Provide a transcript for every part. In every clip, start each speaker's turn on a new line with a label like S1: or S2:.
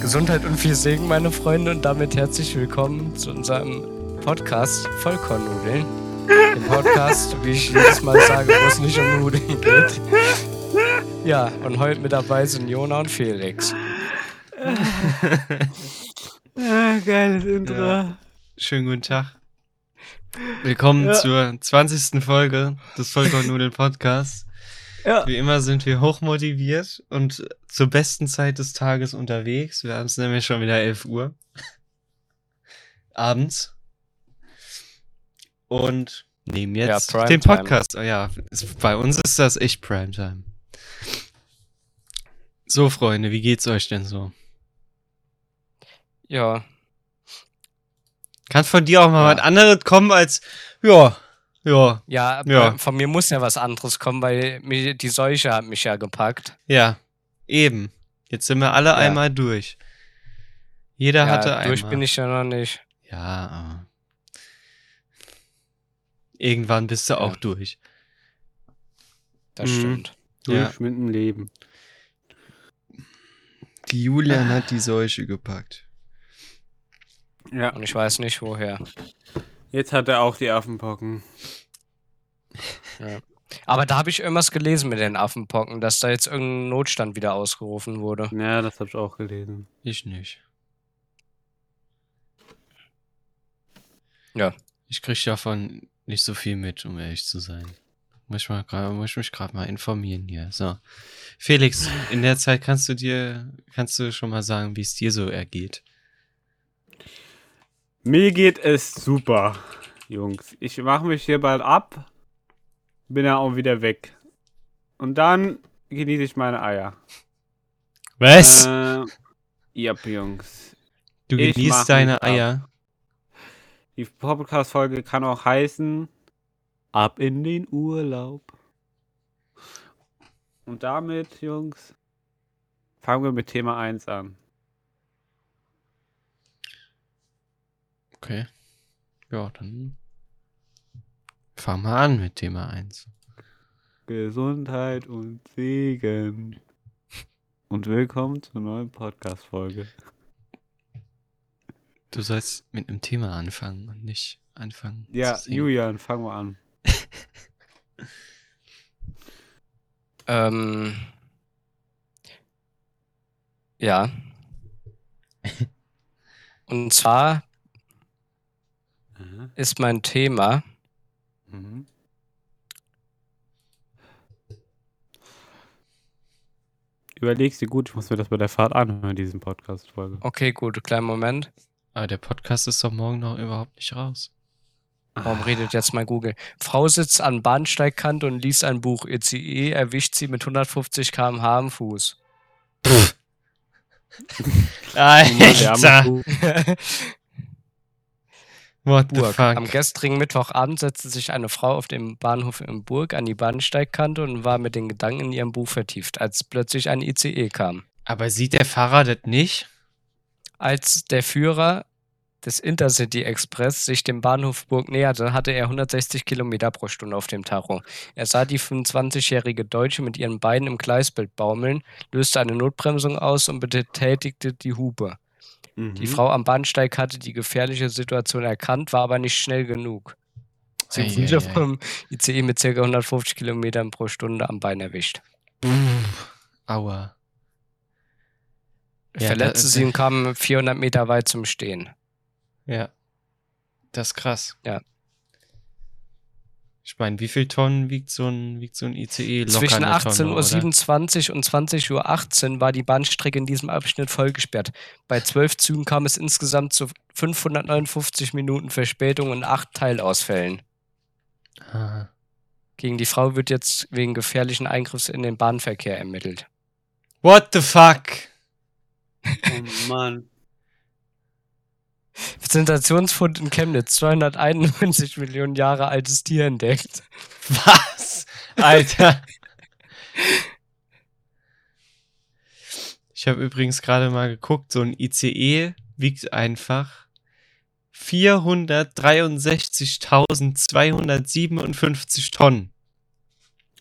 S1: Gesundheit und viel Segen, meine Freunde, und damit herzlich willkommen zu unserem Podcast Vollkornnudeln. Im Podcast, wie ich jedes Mal sage, wo es nicht um Nudeln geht. Ja, und heute mit dabei sind Jona und Felix.
S2: Ah, geiles Intro.
S3: Ja. Schönen guten Tag. Willkommen zur 20. Folge des Vollkornnudeln Podcasts.
S2: Ja.
S3: Wie immer sind wir hochmotiviert und zur besten Zeit des Tages unterwegs. Wir haben es nämlich schon wieder 11 Uhr. Abends. Und nehmen
S1: Ja,
S3: jetzt
S1: Primetime.
S3: den Podcast. Oh ja, es, bei uns ist das echt Primetime. So, Freunde, wie geht's euch denn so?
S1: Ja,
S3: Kann von dir auch mal
S1: Ja.
S3: was anderes kommen als, ja, ja,
S1: ja,
S3: Ja.
S1: von mir muss ja was anderes kommen, weil mir, die Seuche hat mich ja gepackt.
S3: ja, eben. Jetzt sind wir alle einmal durch. Jeder
S1: ja,
S3: hatte einmal.
S1: durch bin ich ja noch nicht.
S3: Ja, aber irgendwann bist du auch durch.
S1: Das
S3: Mhm.
S1: stimmt.
S2: Durch
S3: Ja.
S2: mit dem Leben.
S3: Die Julian hat die Seuche gepackt.
S2: Ja.
S1: Und ich weiß nicht woher.
S2: Jetzt hat er auch die Affenpocken.
S1: Aber da habe ich irgendwas gelesen mit den Affenpocken, dass da jetzt irgendein Notstand wieder ausgerufen wurde.
S2: Ja, das hab ich auch gelesen.
S3: Ich nicht.
S1: Ja.
S3: Ich krieg davon nicht so viel mit, um ehrlich zu sein. Muss ich, mal, gra- muss ich mich gerade mal informieren hier. So. Felix, in der Zeit kannst du dir, kannst du schon mal sagen, wie es dir so ergeht.
S2: Mir geht es super, Jungs. Ich mache mich hier bald ab. Bin ja auch wieder weg. Und dann genieße ich meine Eier.
S3: Was?
S2: Äh, yep, Jungs.
S3: du
S2: ich mach
S3: genießt deine
S2: mich ab.
S3: Eier.
S2: Die Podcast-Folge kann auch heißen Ab in den Urlaub. Und damit, Jungs, fangen wir mit Thema 1 an.
S3: Okay. Ja, dann fang mal an mit Thema 1.
S2: Gesundheit und Segen. Und willkommen zur neuen Podcast-Folge.
S3: Du sollst mit einem Thema anfangen und nicht anfangen.
S2: Ja,
S3: zu singen.
S2: Julian, fangen wir an.
S1: Ähm, ja. Und zwar ist mein Thema,
S2: Mhm. Überleg's dir gut, ich muss mir das bei der Fahrt anhören, diesen Podcast-Folge.
S1: okay, gut, kleinen Moment.
S3: Aber der Podcast ist doch morgen noch überhaupt nicht raus.
S1: Warum redet jetzt mal Google? Frau sitzt an Bahnsteigkante und liest ein Buch. ICE erwischt sie mit 150 km/h am Fuß.
S3: Alter, what the
S1: Burg. Am
S3: fuck?
S1: gestrigen Mittwochabend setzte sich eine Frau auf dem Bahnhof in Burg an die Bahnsteigkante und war mit den Gedanken in ihrem Buch vertieft, als plötzlich ein ICE kam.
S3: Aber sieht der Fahrer das nicht?
S1: Als der Führer des Intercity Express sich dem Bahnhof Burg näherte, hatte er 160 Kilometer pro Stunde auf dem Tacho. Er sah die 25-jährige Deutsche mit ihren Beinen im Gleisbild baumeln, löste eine Notbremsung aus und betätigte die Hupe.
S2: mhm.
S1: Die
S3: Mhm.
S1: Frau am Bahnsteig hatte die gefährliche Situation erkannt, war aber nicht schnell genug. Sie
S3: Ei,
S1: wurde
S3: ei, ei.
S1: vom ICE mit ca. 150 Kilometern pro Stunde am Bein erwischt.
S3: Aua.
S1: Er
S3: Ja,
S1: verletzte
S3: da- äh,
S1: sie und kam 400 Meter weit zum Stehen.
S3: Ja. Das ist krass.
S1: Ja.
S3: Ich meine, wie viel Tonnen wiegt so ein, wiegt so ein ICE? Locker
S1: Zwischen
S3: eine
S1: 18.27
S3: Tonne,
S1: Uhr
S3: oder?
S1: 27 und 20.18 Uhr 18 war die Bahnstrecke in diesem Abschnitt vollgesperrt. Bei zwölf Zügen kam es insgesamt zu 559 Minuten Verspätung und acht Teilausfällen.
S3: Ah.
S1: Gegen die Frau wird jetzt wegen gefährlichen Eingriffs in den Bahnverkehr ermittelt.
S3: What the fuck?
S2: Oh Mann.
S1: Sensationsfund in Chemnitz, 291 Millionen Jahre altes Tier entdeckt.
S3: Was? Alter. Ich habe übrigens gerade mal geguckt, so ein ICE wiegt einfach 463.257 Tonnen.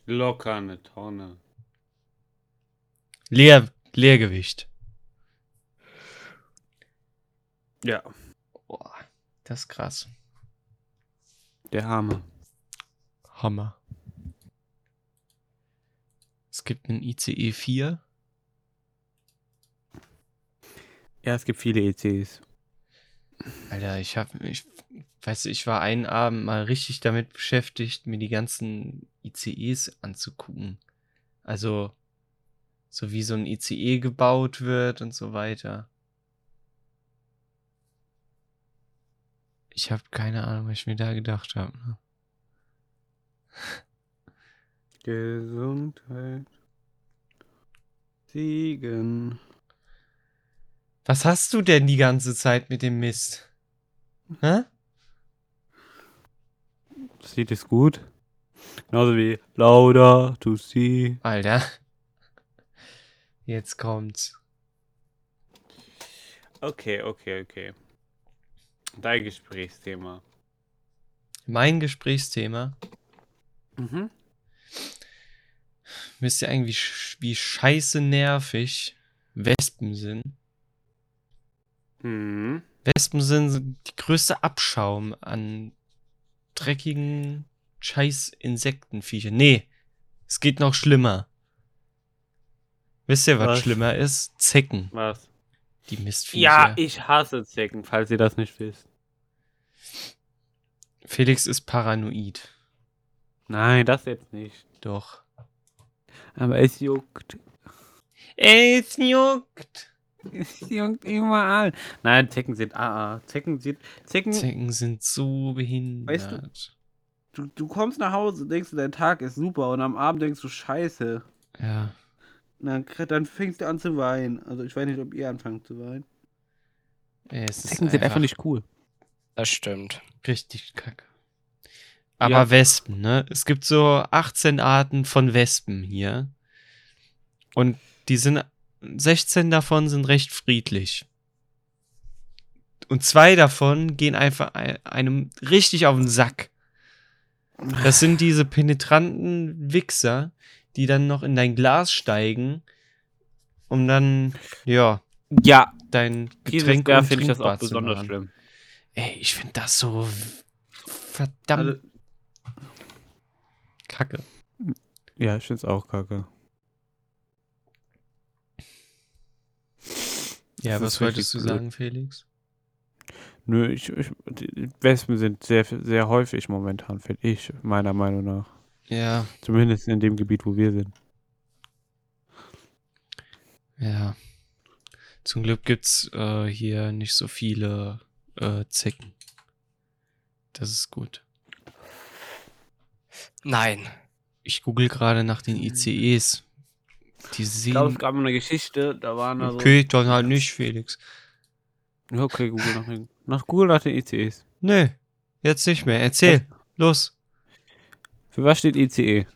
S2: Locker eine Tonne.
S3: Leer, Leergewicht.
S2: Ja.
S3: Boah, das ist krass.
S2: Der Arme.
S3: Hammer. Es gibt einen E ICE 4.
S2: Ja, es gibt viele E ECs.
S3: Alter, ich hab, ich weiß, ich war einen Abend mal richtig damit beschäftigt, mir die ganzen ICEs anzugucken. Also, so wie so ein ICE gebaut wird und so weiter. Ich habe keine Ahnung, was ich mir da gedacht habe. Ne?
S2: Gesundheit. Siegen.
S3: Was hast du denn die ganze Zeit mit dem Mist? Hä?
S2: Sieht es gut? Genauso wie Lauda, to see.
S3: Alter. Jetzt kommt's.
S2: Okay, okay, okay. Dein Gesprächsthema.
S3: Mein Gesprächsthema.
S2: Mhm.
S3: Wisst ihr eigentlich, sch- wie scheiße nervig Wespen sind?
S2: Mhm.
S3: Wespen sind die größte Abschaum an dreckigen scheiß Insektenviecher. Nee, es geht noch schlimmer. Wisst ihr, was,
S2: Was?
S3: schlimmer ist? Zecken,
S2: Was?
S3: die
S2: Ja,
S3: Mistviecher.
S2: ich hasse Zecken, falls ihr das nicht wisst.
S3: Felix ist paranoid.
S2: Nein, das jetzt nicht.
S3: Doch.
S2: Aber es juckt.
S3: Es juckt.
S2: Es juckt überall. Nein, Zecken sind AA. Zecken sind. Zecken.
S3: Zecken sind so behindert.
S2: Weißt Du, du kommst nach Hause, denkst du, dein Tag ist super und am Abend denkst du, Scheiße.
S3: Ja.
S2: Und Dann, krie- dann fängst du an zu weinen. Also ich weiß nicht, ob ihr anfangt zu weinen.
S3: Ey, Es ist
S2: Zecken sind einfach nicht cool.
S1: Das stimmt.
S3: Richtig kacke. Aber
S2: Ja.
S3: Wespen, ne? Es gibt so 18 Arten von Wespen hier. Und die sind, 16 davon sind recht friedlich. Und zwei davon gehen einfach ein- einem richtig auf den Sack. Das sind diese penetranten Wichser, die dann noch in dein Glas steigen, um dann, ja,
S2: Ja,
S3: dein
S2: Getränk
S3: Getränk und
S2: finde ich das
S3: trinkbar
S2: auch
S3: zu
S2: besonders
S3: machen.
S2: schlimm.
S3: Ey, ich finde das so w- verdammt
S2: Also-
S3: kacke.
S2: Ja, ich finde es auch kacke.
S3: Ja,
S2: das
S3: was
S2: ist
S3: wolltest du
S2: richtig
S3: sagen, Felix?
S2: Nö, ich, ich, die Wespen sind sehr, sehr häufig momentan, finde ich, meiner Meinung nach.
S3: Ja,
S2: Zumindest in dem Gebiet, wo wir sind.
S3: ja. Zum Glück gibt's äh, hier nicht so viele äh, Zecken. Das ist gut.
S1: Nein.
S3: Ich google gerade nach den ICEs. Die
S2: Ich glaube, es
S3: sehen.
S2: gab mal eine Geschichte, da waren da so.
S3: Okay, dann halt nicht, Felix.
S2: Ja, okay, Google nach, den- nach Google nach den ICEs.
S3: Nö, jetzt nicht mehr. Erzähl. Los.
S2: Für was steht E? ICE?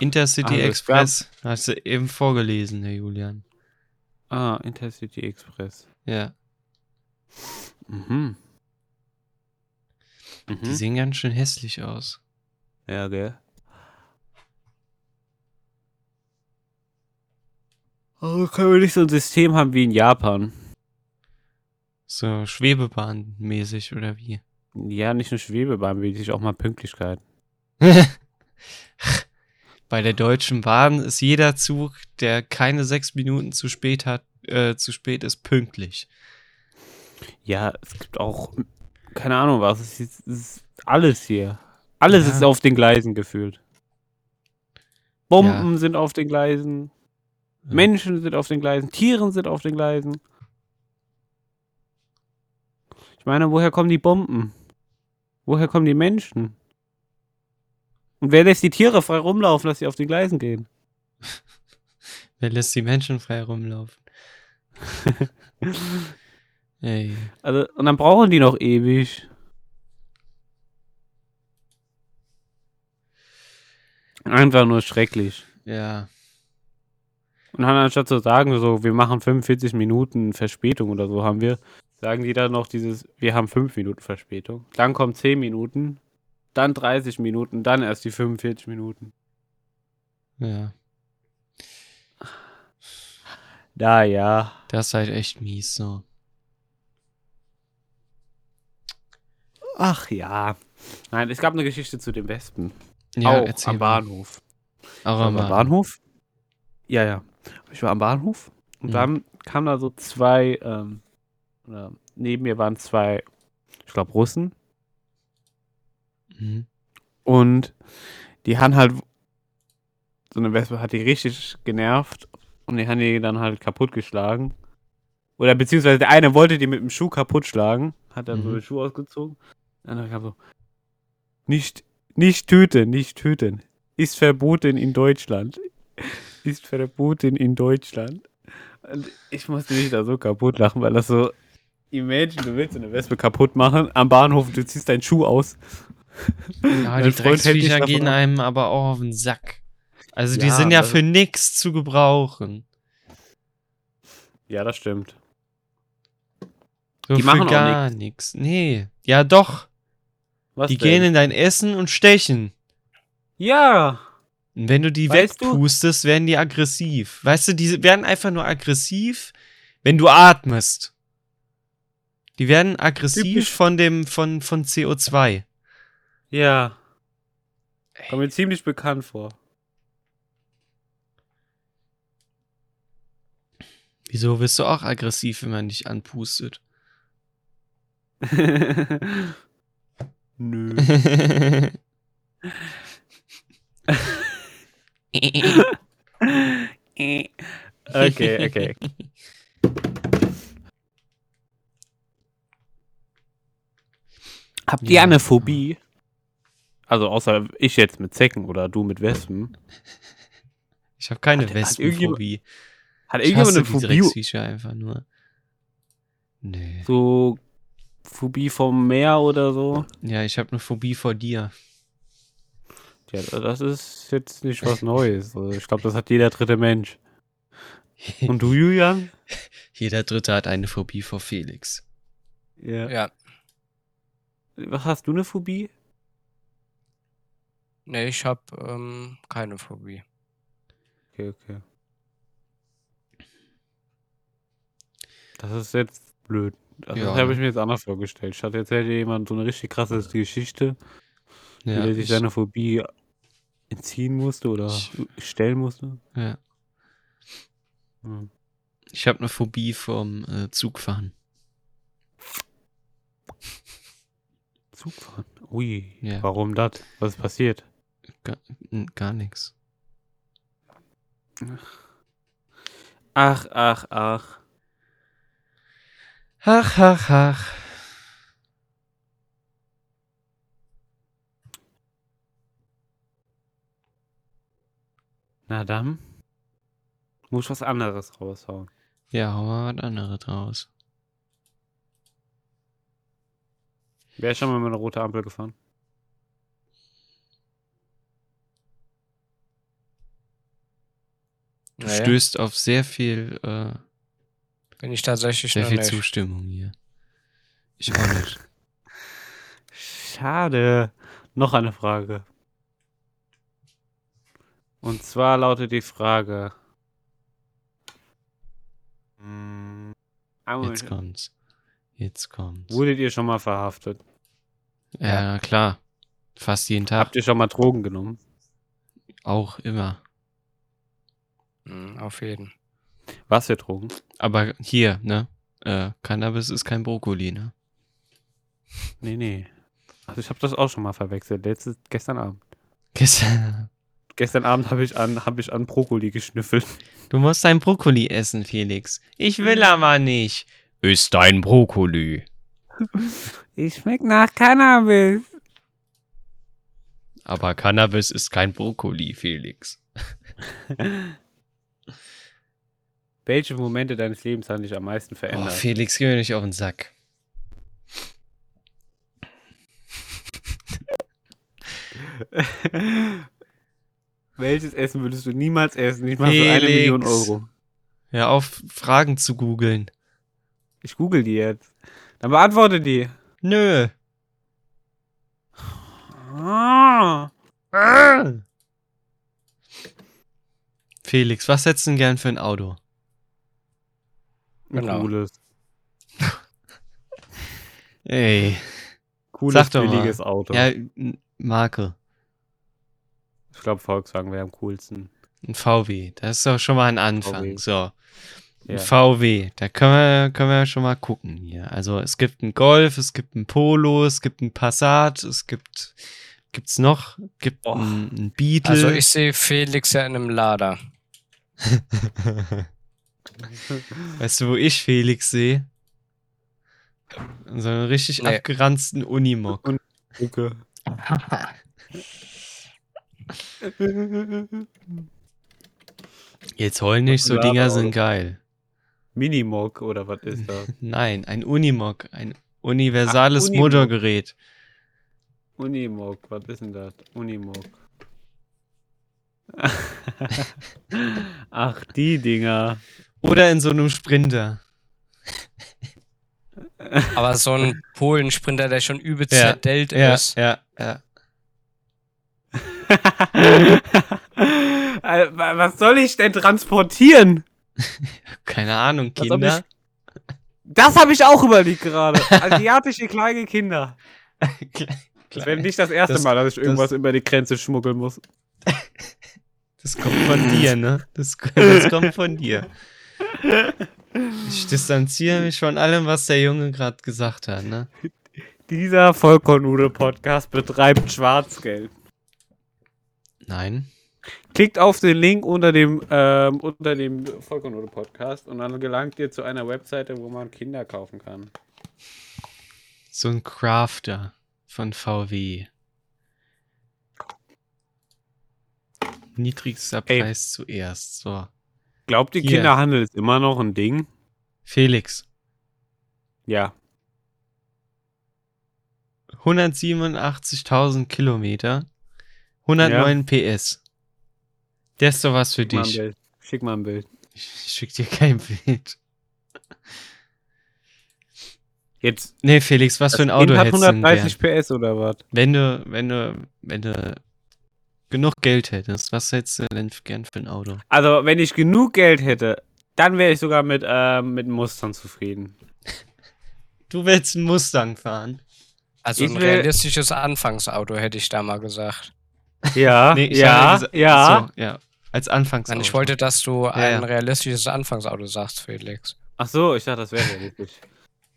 S3: Intercity
S2: Also, es gab-
S3: Express. Hast du eben vorgelesen, Herr Julian.
S2: Ah, Intercity Express.
S3: Ja.
S2: Mhm.
S3: Die
S2: mhm.
S3: sehen ganz schön hässlich aus.
S2: Ja, gell. Oh, können wir nicht so ein System haben wie in Japan?
S3: So Schwebebahnmäßig oder wie?
S2: Ja, nicht nur Schwebebahn, wirklich auch mal Pünktlichkeit.
S3: Bei der Deutschen Bahn ist jeder Zug, der keine sechs Minuten zu spät hat, äh, zu spät ist, pünktlich.
S2: Ja, es gibt auch, keine Ahnung was, es ist, es ist alles hier. Alles
S3: Ja.
S2: ist auf den Gleisen gefühlt. Bomben sind auf den Gleisen,
S3: Ja.
S2: Menschen sind auf den Gleisen, Tieren sind auf den Gleisen. Ich meine, woher kommen die Bomben? Woher kommen die Menschen? Und wer lässt die Tiere frei rumlaufen, dass sie auf den Gleisen gehen?
S3: Wer lässt die Menschen frei rumlaufen? Ey.
S2: Also, und dann brauchen die noch ewig. Einfach nur schrecklich.
S3: Ja,
S2: Und dann anstatt zu sagen, so, wir machen 45 Minuten Verspätung oder so, haben wir, sagen die dann noch dieses, wir haben 5 Minuten Verspätung. Dann kommen 10 Minuten, dann 30 Minuten, dann erst die 45 Minuten.
S3: ja.
S2: Da ja.
S3: Das ist halt echt mies so.
S2: Ach ja. Nein, es gab eine Geschichte zu den Wespen.
S3: Ja,
S2: auch
S3: erzähl
S2: am
S3: mal.
S2: Bahnhof.
S3: Auch
S2: war
S3: am
S2: am
S3: Bahnhof.
S2: Bahnhof? Ja, ja. Ich war am Bahnhof und
S3: Mhm.
S2: dann kamen da so zwei, ähm, oder neben mir waren zwei, ich glaube, Russen
S3: Mhm.
S2: und die haben halt, so eine Wespe hat die richtig genervt und die haben die dann halt kaputtgeschlagen. Oder beziehungsweise der eine wollte die mit dem Schuh kaputt schlagen, hat dann so
S3: Mhm.
S2: den Schuh ausgezogen. Der andere kam so, nicht, nicht töten, nicht töten. Ist verboten in Deutschland. Ist verboten in Deutschland. Und ich musste mich da so kaputt lachen, weil das so, imagine, du willst eine Wespe kaputt machen, am Bahnhof, du ziehst deinen Schuh aus.
S3: Ja,
S2: Mein Freund
S3: die
S2: Äh, hält dich
S3: Drecksviecher
S2: davon
S3: gehen
S2: ab.
S3: einem aber auch auf den Sack. Also die
S2: Ja,
S3: sind ja
S2: das-
S3: für nix zu gebrauchen.
S2: Ja, das stimmt.
S3: So
S2: Die
S3: für
S2: machen auch
S3: gar nichts. Nee. Ja, doch.
S2: Was
S3: die gehen in dein Essen und stechen.
S2: Ja.
S3: Und wenn du die
S2: Weißt du-
S3: wegpustest, werden die aggressiv. Weißt du, die werden einfach nur aggressiv, wenn du atmest. Die werden aggressiv
S2: Typisch.
S3: von dem von von CO2.
S2: Ja. Kommt mir ziemlich bekannt vor.
S3: Wieso wirst du auch aggressiv, wenn man dich anpustet?
S2: Nö. okay, okay. Habt ihr
S3: Ja.
S2: eine Phobie? Also außer ich jetzt mit Zecken oder du mit Wespen.
S3: Ich habe keine
S2: Hat- hat
S3: Wespenphobie.
S2: Hat
S3: Ich
S2: irgendjemand
S3: hasse
S2: eine
S3: die
S2: Phobie?
S3: Drecksviecher einfach nur. Nee.
S2: So Phobie vom Meer oder so?
S3: Ja, ich habe eine Phobie vor dir.
S2: Ja, das ist jetzt nicht was Neues. Also ich glaube, das hat jeder dritte Mensch. Und du, Julian?
S3: Jeder Dritte hat eine Phobie vor Felix.
S1: Ja.
S2: Was hast du eine Phobie?
S1: Nee, ich habe ähm, keine Phobie.
S2: Okay, okay. Das ist jetzt blöd. Also
S3: Ja.
S2: Das habe ich mir jetzt anders vorgestellt. Statt erzählt dir jemand so eine richtig krasse Geschichte, wie der sich
S3: ich,
S2: seiner Phobie entziehen musste oder
S3: Ich-
S2: stellen musste.
S3: ja.
S2: Hm.
S3: ich habe eine Phobie vom äh, Zugfahren.
S2: Zugfahren. Ui,
S3: Ja.
S2: warum das? Was ist passiert?
S3: Gar, n- gar nichts.
S2: Ach, ach, ach.
S3: Ach, ach, ach.
S2: Na dann. Muss ich was anderes raushauen.
S3: Ja, hau mal was anderes raus.
S2: Wer ist schon mal mit einer roten Ampel gefahren?
S3: Du
S1: Nee,
S3: stößt auf sehr viel, äh,
S1: Bin ich tatsächlich
S3: sehr
S1: noch
S3: viel
S1: nicht.
S3: Zustimmung hier. Ich auch nicht.
S2: Schade. Noch eine Frage. Und zwar lautet die Frage. Mm, einen Moment.
S3: Jetzt kommt's. Jetzt kommt's.
S2: Wurdet ihr schon mal verhaftet?
S3: Ja, na klar. Fast jeden Tag.
S2: Habt ihr schon mal Drogen genommen?
S3: Auch immer.
S1: Mhm, auf jeden.
S2: Was für Drogen?
S3: Aber hier, ne? Äh, Cannabis ist kein Brokkoli, ne?
S2: Nee, nee. Also ich habe das auch schon mal verwechselt. Letztes, gestern Abend.
S3: Gestern.
S2: Gestern Abend habe ich an habe ich an Brokkoli geschnüffelt.
S3: Du musst dein Brokkoli essen, Felix. Ich will aber nicht. Ist dein Brokkoli.
S2: Ich schmeck nach Cannabis.
S3: Aber Cannabis ist kein Brokkoli, Felix.
S2: Welche Momente deines Lebens haben dich am meisten
S3: Oh,
S2: verändert?
S3: Felix, geh mir nicht auf den Sack.
S2: Welches Essen würdest du niemals essen? Ich mache so eine
S3: Felix.
S2: Million Euro.
S3: Hör auf, Fragen zu googeln.
S2: Ich google die jetzt. Dann beantworte die.
S3: Nö.
S2: Ah.
S3: Felix, was hättest du denn gern für ein Auto?
S2: Ein
S1: Genau.
S2: Cooles.
S3: Ey.
S2: Cooles,
S3: Sag doch mal.
S2: billiges Auto.
S3: Ja, n- Marke.
S2: Ich glaube, Volkswagen wäre am coolsten.
S3: Ein VW. Das ist doch schon mal ein Anfang.
S2: VW.
S3: So. Ein
S2: Ja.
S3: VW. Da können wir, können wir schon mal gucken hier. Also es gibt einen Golf, es gibt einen Polo, es gibt einen Passat, es gibt. Gibt's noch? Gibt
S2: Och.
S3: einen, einen Beetle.
S1: Also ich sehe Felix ja in einem Lader.
S3: Weißt du, wo ich Felix sehe? In So einen richtig
S1: Nee.
S3: abgeranzten Unimog.
S2: Lücke.
S3: Jetzt heul nicht, so
S2: Ja,
S3: Dinger
S2: aber-
S3: sind geil.
S2: Minimog oder was ist das?
S3: Nein, ein Unimog, ein universales
S2: Unimog.
S3: Motorgerät.
S2: Unimog, was ist denn das? Unimog. Ach, die Dinger.
S3: Oder in so einem Sprinter.
S1: Aber so ein Polensprinter, der schon übel
S3: Ja,
S1: zerdellt ist.
S3: ja, ja.
S2: Al- Äh, wa- was soll ich denn transportieren?
S3: Keine Ahnung,
S2: Was hab
S3: Kinder.
S2: Das habe ich auch überlegt gerade. Asiatische kleine Kinder. Das wäre nicht das erste
S3: Das-
S2: Mal, dass ich irgendwas
S3: das-
S2: über die Grenze schmuggeln muss.
S3: Das kommt von dir, ne? Das, das kommt von dir. Ich distanziere mich von allem, was der Junge gerade gesagt hat, ne?
S2: Dieser Vollkornnudel-Podcast betreibt Schwarzgeld.
S3: Nein.
S2: Klickt auf den Link unter dem, ähm, unter dem Vollkornnudel-Podcast und dann gelangt ihr zu einer Webseite, wo man Kinder kaufen kann.
S3: So ein Crafter von VW. Niedrigster
S2: Ey.
S3: Preis zuerst. So.
S2: Glaubt ihr,
S3: Hier.
S2: Kinderhandel ist immer noch ein Ding?
S3: Felix,
S2: Ja.
S3: 187.000 Kilometer, 109 PS. Das ist doch was für
S2: Schick mal ein
S3: dich.
S2: Bild. Schick mal ein Bild.
S3: Ich schick dir kein Bild.
S2: Jetzt,
S3: Nee, Felix, was für ein
S2: das
S3: Auto
S2: Kind hat
S3: hättest du denn gern?
S2: 130 PS oder was?
S3: Wenn du, wenn du, wenn du genug Geld hättest, was hättest du denn gern für ein Auto?
S2: Also, wenn ich genug Geld hätte, dann wäre ich sogar mit, ähm, mit Mustern zufrieden.
S3: Du willst einen Mustang fahren?
S1: Also
S2: Ich
S1: ein
S2: will-
S1: realistisches Anfangsauto, hätte ich da mal gesagt.
S2: Ja,
S3: ich
S2: ja,
S3: habe gesa-
S2: ja.
S3: Ach So, ja. Als Anfangsauto.
S1: Nein, ich wollte, dass du ein
S3: ja.
S1: realistisches Anfangsauto sagst, Felix.
S2: Ach so, ich dachte, das wäre realistisch.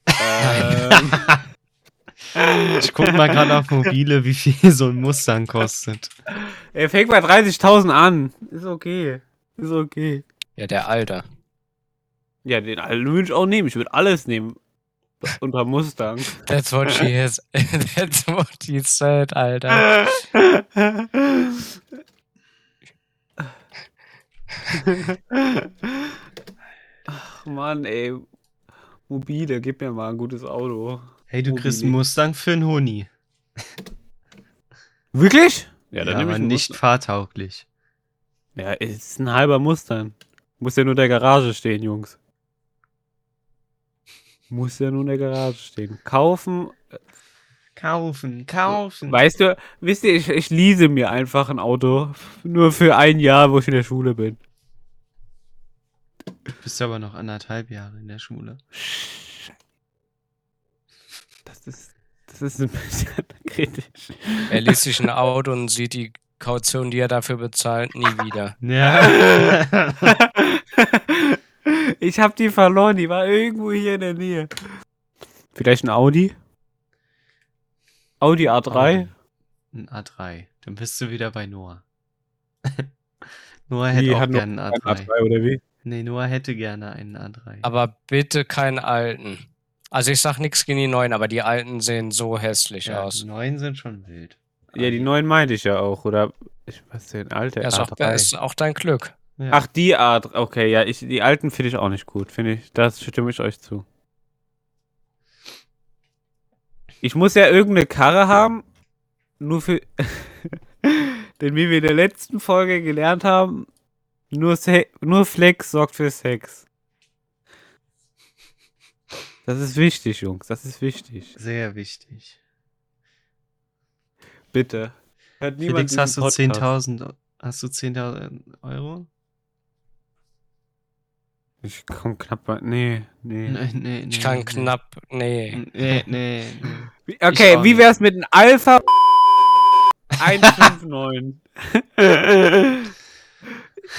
S2: ähm,
S3: Ich guck mal gerade auf Mobile, wie viel so ein Mustang kostet.
S2: er fängt bei 30.000 an. Ist okay. Ist okay.
S1: Ja, der Alte.
S2: Ja, den alten würde ich auch nehmen. Ich würde alles nehmen. Unter Mustang.
S1: That's what she is. That's what he said, Alter.
S2: Ach Mann, ey. Mobile, gib mir mal ein gutes Auto.
S3: Hey, du
S2: Mobile.
S3: kriegst einen Mustang für einen Huni.
S2: Wirklich? Ja,
S3: Ja, aber
S2: einen
S3: nicht fahrtauglich.
S2: Ja, ist ein halber Mustang. Muss ja nur in der Garage stehen, Jungs. Muss ja nur in der Garage stehen. Kaufen.
S3: Kaufen, kaufen.
S2: Weißt du, wisst ihr, ich, ich lease mir einfach ein Auto. Nur für ein Jahr, wo ich in der Schule bin.
S3: Du bist aber noch anderthalb Jahre in der Schule.
S2: Das ist, das ist ein bisschen kritisch.
S1: Er liest sich ein Auto und sieht die Kaution, die er dafür bezahlt, nie wieder.
S3: Ja.
S2: ich hab die verloren, die war irgendwo hier in der Nähe. Vielleicht ein Audi? Audi A3?
S3: Oh. Ein A3. Dann bist du wieder bei Noah. Noah hätte
S2: Nee,
S3: auch
S2: hat noch
S3: gerne einen A3.
S2: oder wie?
S3: Nee, Noah hätte gerne einen A3.
S1: Aber bitte keinen Alten. Also ich sag nichts gegen die Neuen, aber die Alten sehen so hässlich
S3: ja,
S1: aus.
S3: Neun sind schon wild.
S2: Ja, die neuen meinte ich ja auch, oder? Ich weiß den alten
S1: Ja, ist auch,
S2: A3.
S1: ist auch dein Glück.
S3: Ja.
S2: Ach, die Art, okay, ja, ich, die alten finde ich auch nicht gut, finde ich. Das stimme ich euch zu. Ich muss ja irgendeine Karre haben, nur für. Denn wie wir in der letzten Folge gelernt haben, nur, Se nur Flex sorgt für Sex. Das ist wichtig, Jungs, das ist wichtig.
S3: Sehr wichtig.
S2: Bitte. Hört niemand
S3: Felix, hast du
S2: diesen Podcast.
S3: 10.000 hast du 10.000 Euro?
S2: Ich komm knapp bei. Nee, nee.
S3: Nee, Hm. nee, nee.
S1: Ich kann
S3: nee.
S1: knapp, nee.
S3: Nee, nee. nee.
S2: Okay,
S3: auch
S2: wie
S3: nicht.
S2: wär's mit einem Alpha 159?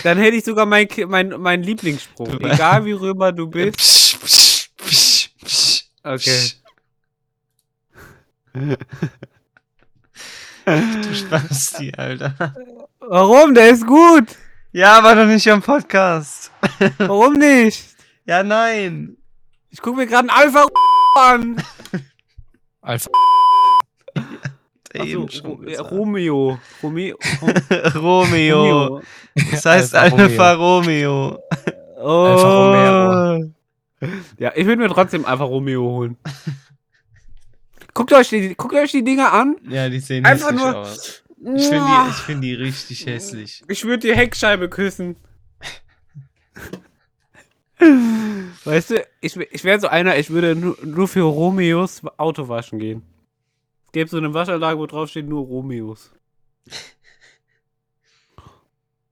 S2: Dann hätte ich sogar meinen mein, mein Lieblingsspruch. Egal wie Römer du bist.
S3: Psch, psch, psch, psch,
S2: Okay.
S3: psch. Du Spasti, Alter.
S2: Warum? Der ist gut.
S3: Ja, aber doch nicht am Podcast.
S2: Warum nicht?
S3: Ja, nein.
S2: Ich gucke mir gerade einen Alpha an.
S1: Alpha.
S2: Ach so,
S3: Eben
S2: Ro-
S3: schon
S2: äh,
S3: gesagt.
S2: Romeo. Romeo.
S3: Romeo.
S2: Romeo.
S3: Das heißt
S1: Alfa
S3: Alfa Romeo.
S2: Oh.
S1: Alfa
S2: Ja, ich würde mir trotzdem Alpha Romeo holen. guckt, euch die, guckt euch die Dinger an.
S3: Ja, die sehen
S2: Einfach
S3: hässlich
S2: nur-
S3: aus. Ich finde die, ich find die richtig hässlich.
S2: Ich würde die Heckscheibe küssen. Weißt du, ich, ich wäre so einer, ich würde nur, nur für Romeos Auto waschen gehen. Es gäbe so eine Waschanlage, wo drauf steht nur Romeos.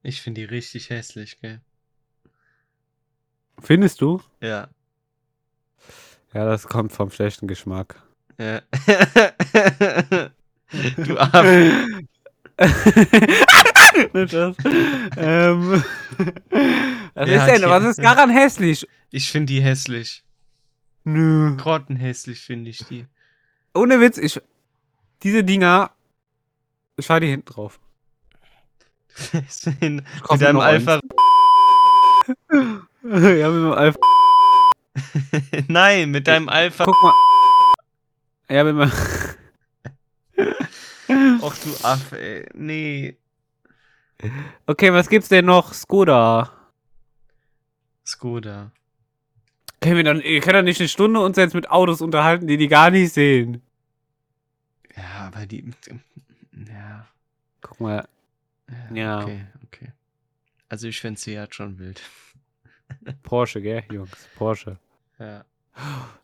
S3: Ich finde die richtig hässlich, gell?
S2: Findest du?
S3: Ja.
S2: Ja, das kommt vom schlechten Geschmack.
S3: ja. du Affe.
S2: Nicht das. ähm, was, ist
S3: Ja,
S2: denn,
S3: okay.
S2: was ist daran hässlich?
S3: Ich finde die hässlich.
S2: Nö.
S3: Grottenhässlich finde ich die.
S2: Ohne Witz, ich. Diese Dinger. Ich fahr die hinten drauf.
S3: In,
S2: kaufe
S3: mit deinem
S2: noch eins.
S3: Alpha.
S2: ja, mit meinem Alpha.
S3: Nein, mit deinem Alpha.
S2: Guck mal. Ja, mit meinem.
S3: Och du Affe, ey. Nee.
S2: Okay, was gibt's denn noch? Skoda.
S3: Skoda.
S2: Können wir dann, ihr könnt doch nicht eine Stunde uns jetzt mit Autos unterhalten, die die gar nicht sehen.
S3: Ja, aber die. Ja.
S2: Guck mal. Ja.
S3: Okay, okay. Also ich finde Seat schon wild.
S2: Porsche, gell, Jungs? Porsche.
S3: Ja.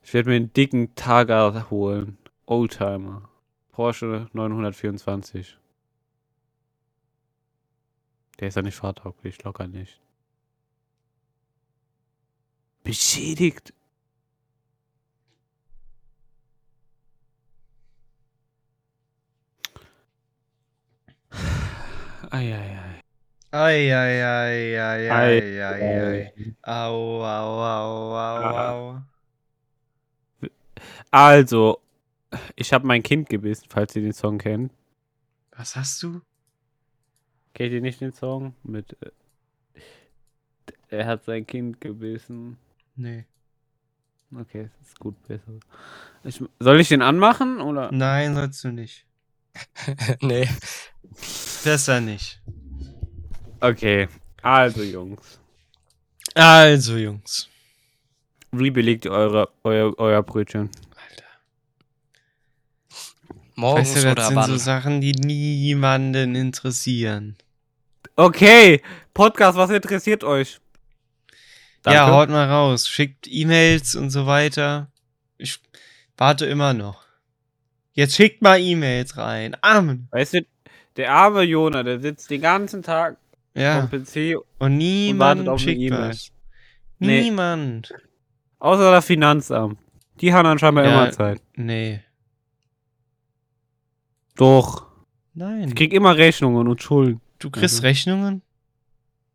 S2: Ich werde mir einen dicken Targa holen. Oldtimer. Porsche 924. Der ist ja nicht fahrtauglich, locker nicht. Beschädigt. Eieiei.
S3: Ei, ei, ei,
S2: Ei,
S3: ei, ei, ei, ei. Au, au, au, au, au.
S2: Also, ich habe mein Kind gebissen, falls ihr den Song kennt.
S3: Was hast du?
S2: Kennt ihr nicht den Song? Mit äh, Er hat sein Kind gebissen.
S3: Nee.
S2: Okay, es ist gut besser. Ich, soll ich den anmachen oder?
S3: Nein, sollst du nicht.
S1: nee.
S3: Besser nicht.
S2: Okay. Also Jungs,
S3: Also, Jungs.
S2: wie belegt ihr eure, euer, euer Brötchen?
S3: Alter.
S1: Morgens
S3: Weißt du, das
S1: oder
S3: sind
S1: wann?
S3: so Sachen, die niemanden interessieren.
S2: Okay, Podcast, was interessiert euch?
S3: Ja, haut mal raus. Schickt E-Mails und so weiter. Ich warte immer noch. Jetzt schickt mal E-Mails rein. Amen.
S2: Weißt du, der arme Jona, der sitzt den ganzen Tag
S3: Ja.
S2: am PC,
S3: Und niemand
S2: wartet auf eine
S3: schickt
S2: E-Mail.
S3: was.
S2: Nee.
S3: Niemand.
S2: außer das Finanzamt. Die haben dann scheinbar
S3: Ja.
S2: immer Zeit.
S3: Nee.
S2: Doch.
S3: Nein.
S2: Ich krieg immer Rechnungen und Schulden.
S3: du kriegst
S2: Mhm.
S3: Rechnungen?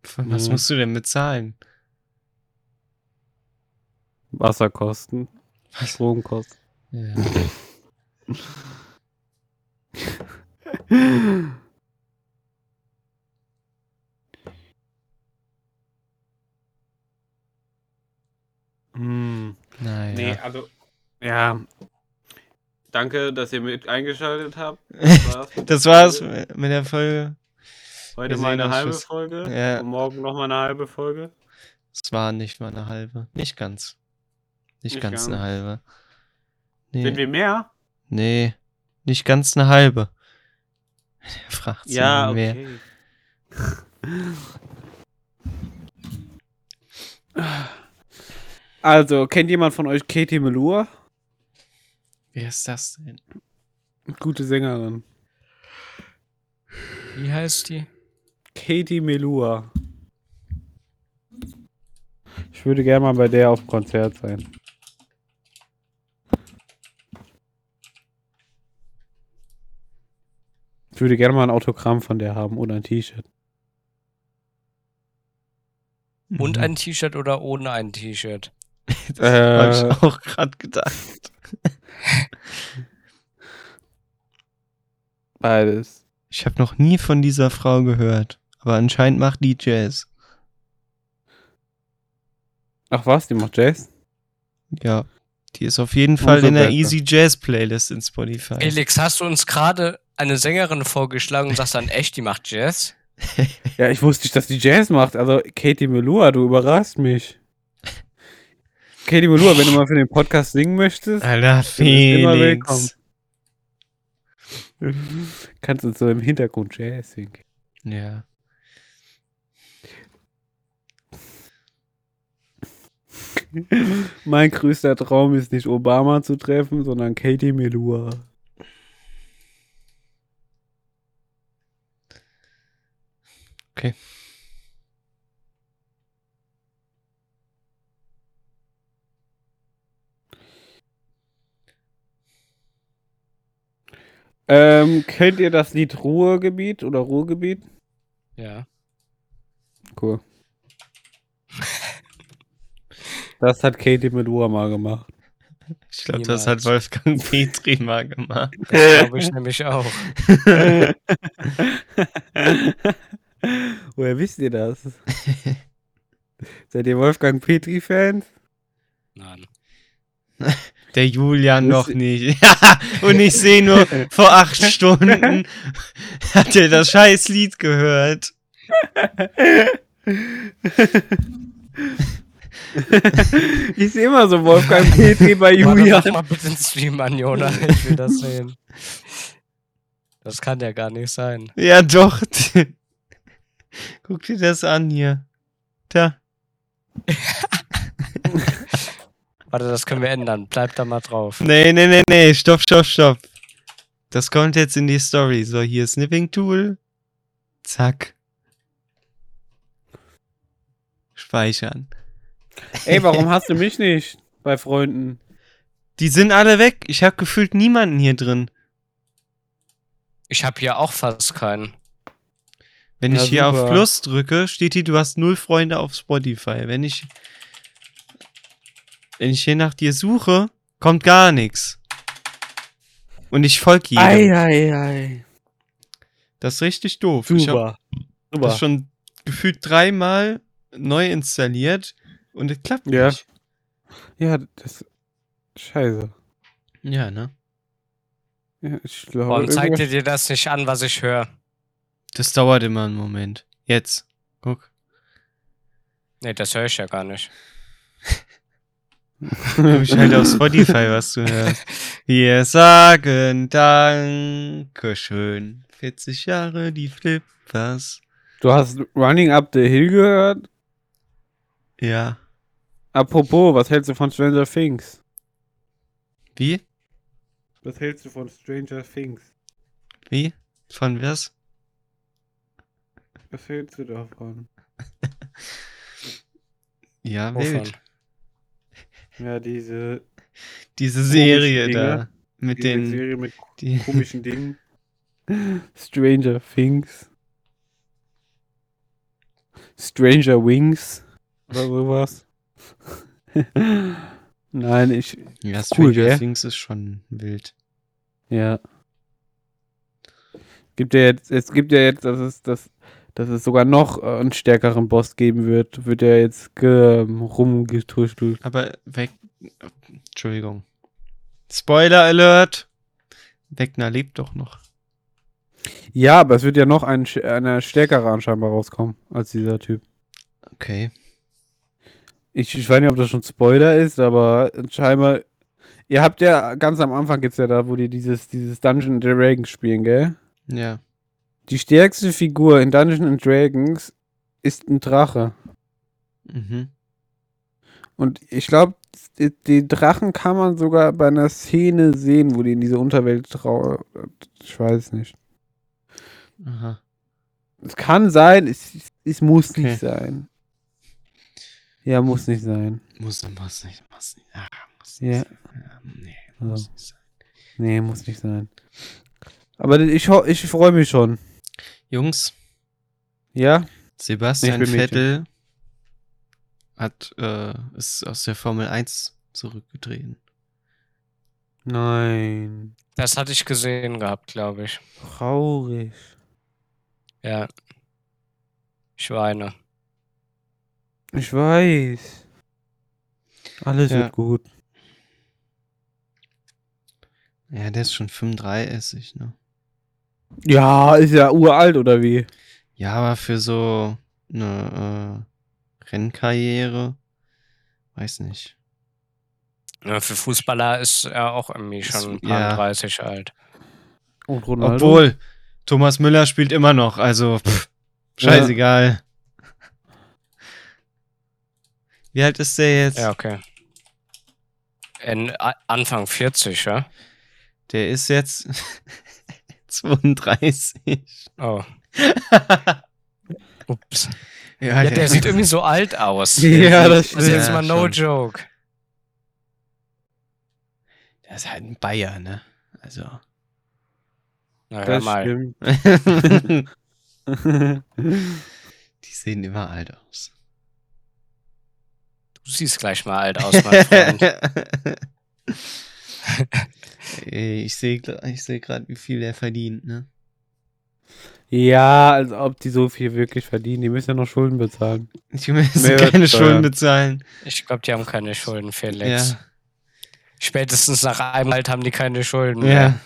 S3: Von was
S2: Mhm.
S3: musst du denn bezahlen?
S2: Wasserkosten,
S3: Was?
S2: Stromkosten.
S3: Ja.
S2: Hm.
S3: Naja.
S2: Nee, also. Ja. Danke, dass ihr mit eingeschaltet habt.
S3: Das war's mit der Folge.
S2: Heute
S3: Wir
S2: mal
S3: sehen
S2: eine
S3: uns
S2: halbe
S3: fürs-
S2: Folge.
S3: Ja.
S2: Und morgen nochmal eine halbe Folge.
S3: Es war nicht mal eine halbe. Nicht ganz. Nicht,
S2: Nicht
S3: ganz, eine
S2: ganz.
S3: halbe. Nee.
S2: Sind wir mehr?
S3: Nee, nicht ganz eine halbe. Er fragt sie
S2: Ja,
S3: mehr.
S2: okay. Also, kennt jemand von euch Katie Melua?
S3: Wer ist das denn?
S2: Gute Sängerin.
S1: Wie heißt die?
S2: Katie Melua. Ich würde gerne mal bei der auf Konzert sein. Ich würde gerne mal ein Autogramm von der haben oder ein T-Shirt.
S1: Mhm. Und ein T-Shirt oder ohne ein T-Shirt?
S3: Das
S2: Äh.
S3: hab ich auch gerade gedacht.
S2: Beides.
S3: Ich habe noch nie von dieser Frau gehört. Aber anscheinend macht die Jazz.
S2: Ach was, die macht Jazz?
S3: Ja. Die ist auf jeden Fall
S2: Umso
S3: in der
S2: besser.
S3: Easy Jazz Playlist in Spotify.
S1: Felix, hast du uns gerade eine Sängerin vorgeschlagen und sagst dann echt, die macht Jazz?
S2: Ja, ich wusste nicht, dass die Jazz macht. Also, Katie Melua, du überraschst mich. Katie Melua, wenn du mal für den Podcast singen möchtest, Du
S3: Alter,
S2: bist immer
S3: Felix. Äh.
S2: kannst du so im Hintergrund Jazz singen.
S3: Ja.
S2: Mein größter Traum ist nicht Obama zu treffen, sondern Katie Melua.
S3: Okay.
S2: Ähm, kennt ihr das Lied Ruhrgebiet oder Ruhrgebiet?
S1: Ja.
S2: Cool. Das hat Katie Melua mal gemacht.
S3: Ich glaube, das
S1: Niemals.
S3: hat Wolfgang Petri mal gemacht.
S1: Glaube ich nämlich auch.
S2: Woher wisst ihr das? Seid ihr Wolfgang Petri-Fans?
S1: Nein.
S3: Der Julian
S2: Das-
S3: noch nicht. Und ich sehe nur, vor acht Stunden hat er das scheiß Lied gehört.
S2: ich sehe immer so Wolfgang Petri bei
S1: Julia.
S2: Julian.
S1: Mach mal bitte einen Stream an, Jona. Ich will das sehen. Das kann ja gar nicht sein.
S3: Ja, doch. Guck dir das an hier. Da.
S1: Warte, das können wir ändern. Bleib da mal drauf.
S3: Nee, nee, nee, nee. Stopp, stopp, stopp. Das kommt jetzt in die Story. So, hier Snipping Tool. Zack. Speichern.
S2: Ey, warum hast du mich nicht bei Freunden?
S3: Die sind alle weg. Ich habe gefühlt niemanden hier drin.
S1: Ich habe hier auch fast keinen.
S3: Wenn
S2: Ja,
S3: ich hier auf
S2: super.
S3: Plus drücke, steht hier, du hast null Freunde auf Spotify. Wenn ich, wenn ich hier nach dir suche, kommt gar nichts. Und ich folge jedem.
S2: ei, ei.
S3: Das ist richtig doof. Ich habe
S2: Super. Super.
S3: das schon gefühlt dreimal neu installiert und es klappt
S2: Ja.
S3: nicht.
S2: Ja, das. Scheiße.
S3: Ja, ne?
S2: Ja, ich glaube,
S1: Warum zeigt
S2: irgendwas-
S1: ihr dir das nicht an, was ich höre?
S3: Das dauert immer einen Moment. Jetzt. Guck.
S1: Nee, das höre ich ja gar nicht.
S3: Hab ich halt auf Spotify was zu hören. Wir sagen Dankeschön. 40 Jahre die Flippers.
S2: du hast Running Up the Hill gehört?
S3: Ja.
S2: Apropos, was hältst du von Stranger Things?
S3: Wie?
S2: Was hältst du von Stranger Things?
S3: Wie? Von was?
S2: Was hältst du davon?
S3: Ja,
S1: Wovon?
S3: wild.
S2: Ja, diese,
S3: Diese Serie
S2: Dinge.
S3: da. Mit den.
S2: mit
S3: Die,
S2: komischen Dingen. Stranger Things. Stranger Wings. Oder sowas. Nein, ich.
S3: ja,
S2: cool,
S3: Stranger
S2: gell?
S3: Things ist schon wild.
S2: Ja. Gibt ja jetzt, es gibt ja jetzt, dass es, dass, dass es sogar noch äh, einen stärkeren Boss geben wird, wird ja jetzt ge, rumgetuscht.
S3: Aber weg. Entschuldigung. Spoiler Alert! Wegner lebt doch noch.
S2: Ja, aber es wird ja noch ein, sch- einer stärkere anscheinbar rauskommen als dieser Typ.
S3: Okay.
S2: Ich, ich weiß nicht, ob das schon Spoiler ist, aber scheinbar. Ihr habt ja ganz am Anfang geht's ja da, wo die dieses, dieses Dungeon and Dragons spielen, gell?
S3: Ja.
S2: Die stärkste Figur in Dungeon and Dragons ist ein Drache.
S3: Mhm.
S2: Und ich glaube, die, die Drachen kann man sogar bei einer Szene sehen, wo die in diese Unterwelt trau. Ich weiß nicht.
S3: Aha.
S2: Es kann sein, es, es, es muss
S3: Okay.
S2: nicht sein. Ja, muss nicht sein.
S3: Muss, muss nicht, muss nicht. Ah, muss
S2: Ja.
S3: nicht. Ja, nee,
S2: Also.
S3: muss nicht sein.
S2: Nee, muss nicht sein. Aber ich, ho- ich freue mich schon.
S3: Jungs,
S2: Ja?
S3: Sebastian
S2: Nee, ich bin
S3: Vettel hat, äh, ist aus der Formel 1 zurückgetreten.
S2: Nein.
S1: Das hatte ich gesehen gehabt, glaube ich.
S2: Traurig.
S1: Ja. Schweine.
S2: Ich weiß. Alles
S3: Ja.
S2: wird gut.
S3: Ja, der ist schon 35, ne?
S2: Ja, ist ja uralt oder wie?
S3: Ja, aber für so eine äh, Rennkarriere, weiß nicht.
S1: Ja, für Fußballer ist er auch irgendwie schon ein
S3: Ist-
S1: paar
S3: ja.
S1: 30 alt.
S2: Und Ronaldo?
S3: Obwohl, Thomas Müller spielt immer noch, also pff,
S2: Ja.
S3: scheißegal. Wie alt ist der jetzt?
S1: Ja, okay. In, a, Anfang 40, ja?
S3: Der ist jetzt 32.
S1: Oh. Ups.
S3: Ja,
S1: Ja, der sieht irgendwie so alt aus.
S2: Ja, das
S1: Das ist
S2: stimmt.
S1: jetzt mal no
S3: schon.
S1: joke.
S3: der ist halt ein Bayer, ne? Also.
S1: Na, hör
S2: Das
S1: mal.
S2: stimmt.
S3: Die sehen immer alt aus.
S1: Du siehst gleich mal alt aus, mein Freund.
S3: Ey, ich sehe ich seh gerade, wie viel der verdient, ne?
S2: ja, als ob die so viel wirklich verdienen. Die müssen ja noch Schulden bezahlen.
S3: Ich müssen
S2: Mehrwertsteuer.
S3: keine Schulden bezahlen.
S1: Ich glaube, die haben keine Schulden, Felix.
S3: Ja,
S1: Spätestens nach einem Alt haben die keine Schulden mehr.
S3: ja.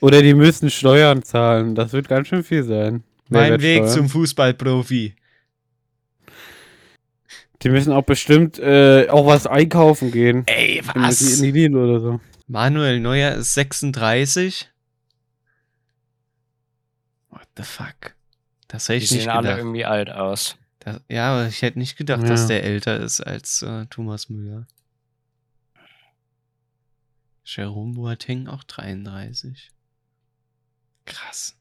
S2: Oder die müssen Steuern zahlen. Das wird ganz schön viel sein.
S3: Mein Weg
S2: Mehrwertsteuer.
S3: zum Fußballprofi.
S2: Die müssen auch bestimmt äh, auch was einkaufen gehen.
S3: Ey,
S2: Die müssen In die Lidl oder so.
S3: Manuel Neuer ist 36. What the fuck? Das hätte
S1: Die
S3: ich nicht
S1: sehen alle
S3: gedacht.
S1: irgendwie alt aus.
S3: Das, ja, aber ich hätte nicht gedacht,
S2: Ja.
S3: dass der älter ist als äh, Thomas Müller. Jerome Boateng auch 33. Krass.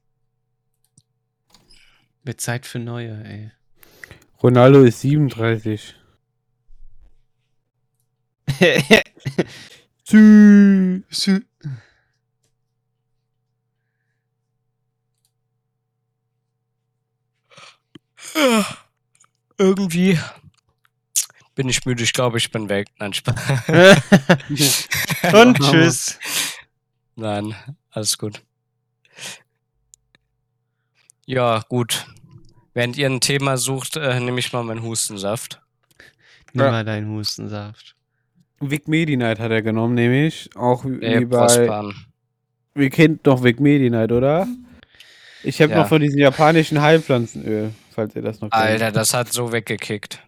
S3: Wird Zeit für neue, ey.
S2: Ronaldo ist 37. Tschüss.
S1: Irgendwie bin ich müde. Ich glaube, ich bin weg. Nein, Spaß.
S3: Und tschüss.
S1: Nein, alles gut. Ja, gut. Während ihr ein Thema sucht, äh, nehme ich mal meinen Hustensaft.
S3: Nimm
S2: Ja.
S3: mal deinen Hustensaft.
S2: Vic Medi Knight hat er genommen, nämlich. Auch wie
S1: Äh,
S2: bei.
S1: Prospan.
S2: Wir kennt doch Vic Medi Knight, oder? Ich habe
S1: Ja.
S2: noch von diesem japanischen Heilpflanzenöl, falls ihr das noch kennt.
S1: Alter, das hat so weggekickt.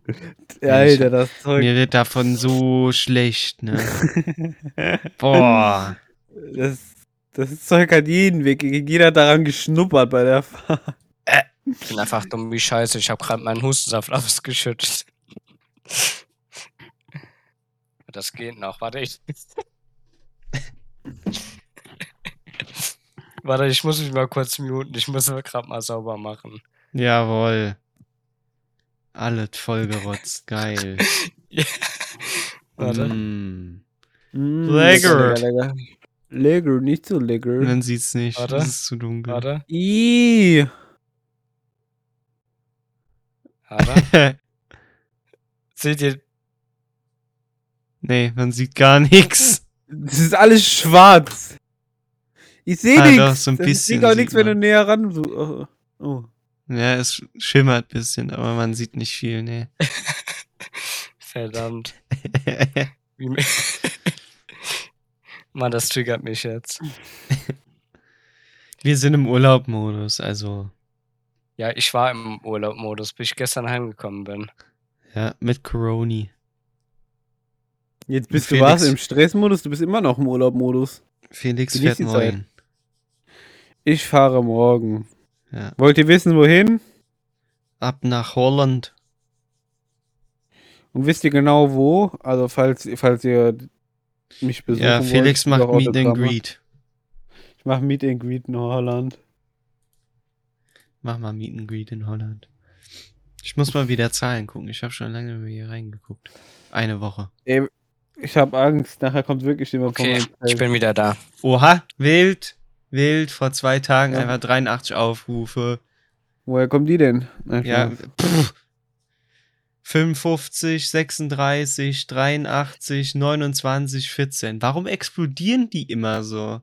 S2: Alter das Zeug.
S3: Mir wird davon so schlecht, ne? Boah.
S2: Das, das Zeug hat jeden Weg. Jeder hat daran geschnuppert bei der Fahrt.
S1: Ich bin einfach dumm wie Scheiße. Ich habe gerade meinen Hustensaft ausgeschüttet. Das geht noch. Warte, ich. Warte, ich muss mich mal kurz muten. Ich muss mir gerade mal sauber machen.
S3: Jawohl. Alles vollgerotzt. Geil.
S1: Warte.
S3: Mm.
S2: Mm,
S3: Lecker.
S2: Lecker, lecker. Lecker, nicht so lecker.
S3: Man sieht's nicht.
S1: Warte.
S3: Es ist zu dunkel.
S1: Warte.
S2: Ih.
S1: Warte. Seht ihr?
S3: nee, man sieht gar nichts.
S2: Das ist alles schwarz. Ich sehe
S3: Ah, doch,
S2: nichts.
S3: so ein
S2: Das- Ich
S3: bisschen
S2: sehe auch nichts,
S3: sieht
S2: wenn du
S3: man.
S2: näher ran. so- Oh. oh.
S3: Ja, es schimmert ein bisschen, aber man sieht nicht viel, nee.
S1: Verdammt. Wie mi- Mann, das triggert mich jetzt.
S3: Wir sind im Urlaubmodus, also
S1: Ja, ich war im Urlaubmodus, bis ich gestern heimgekommen bin.
S3: ja, mit Coroni.
S2: Jetzt bist du
S3: Felix.
S2: was im Stressmodus, du bist immer noch im Urlaubmodus.
S3: Felix
S2: Genieß
S3: fährt
S2: die Zeit.
S3: morgen.
S2: Ich fahre morgen.
S3: Ja.
S2: Wollt ihr wissen, wohin?
S3: Ab nach Holland.
S2: Und wisst ihr genau wo? Also falls, falls ihr mich besuchen
S3: ja, Felix
S2: wollt, ich
S3: macht
S2: will auch
S3: Meet and
S2: Autogramme.
S3: Greet.
S2: Ich mache Meet and Greet in Holland.
S3: Mach mal Meet and Greet in Holland. Ich muss mal wieder Zahlen gucken. Ich habe schon lange nicht mehr hier reingeguckt. Eine Woche.
S2: Ey, ich habe Angst, nachher kommt wirklich jemand
S1: Okay,
S2: von meinem
S1: ich
S2: Feld.
S1: bin wieder da.
S3: Oha, wild. wild vor zwei Tagen
S2: Ja.
S3: einfach 83 Aufrufe.
S2: Woher kommen die denn? Na,
S3: Ja,
S2: Spaß.
S3: pff. 55, 36, 83, 29, 14. Warum explodieren die immer so?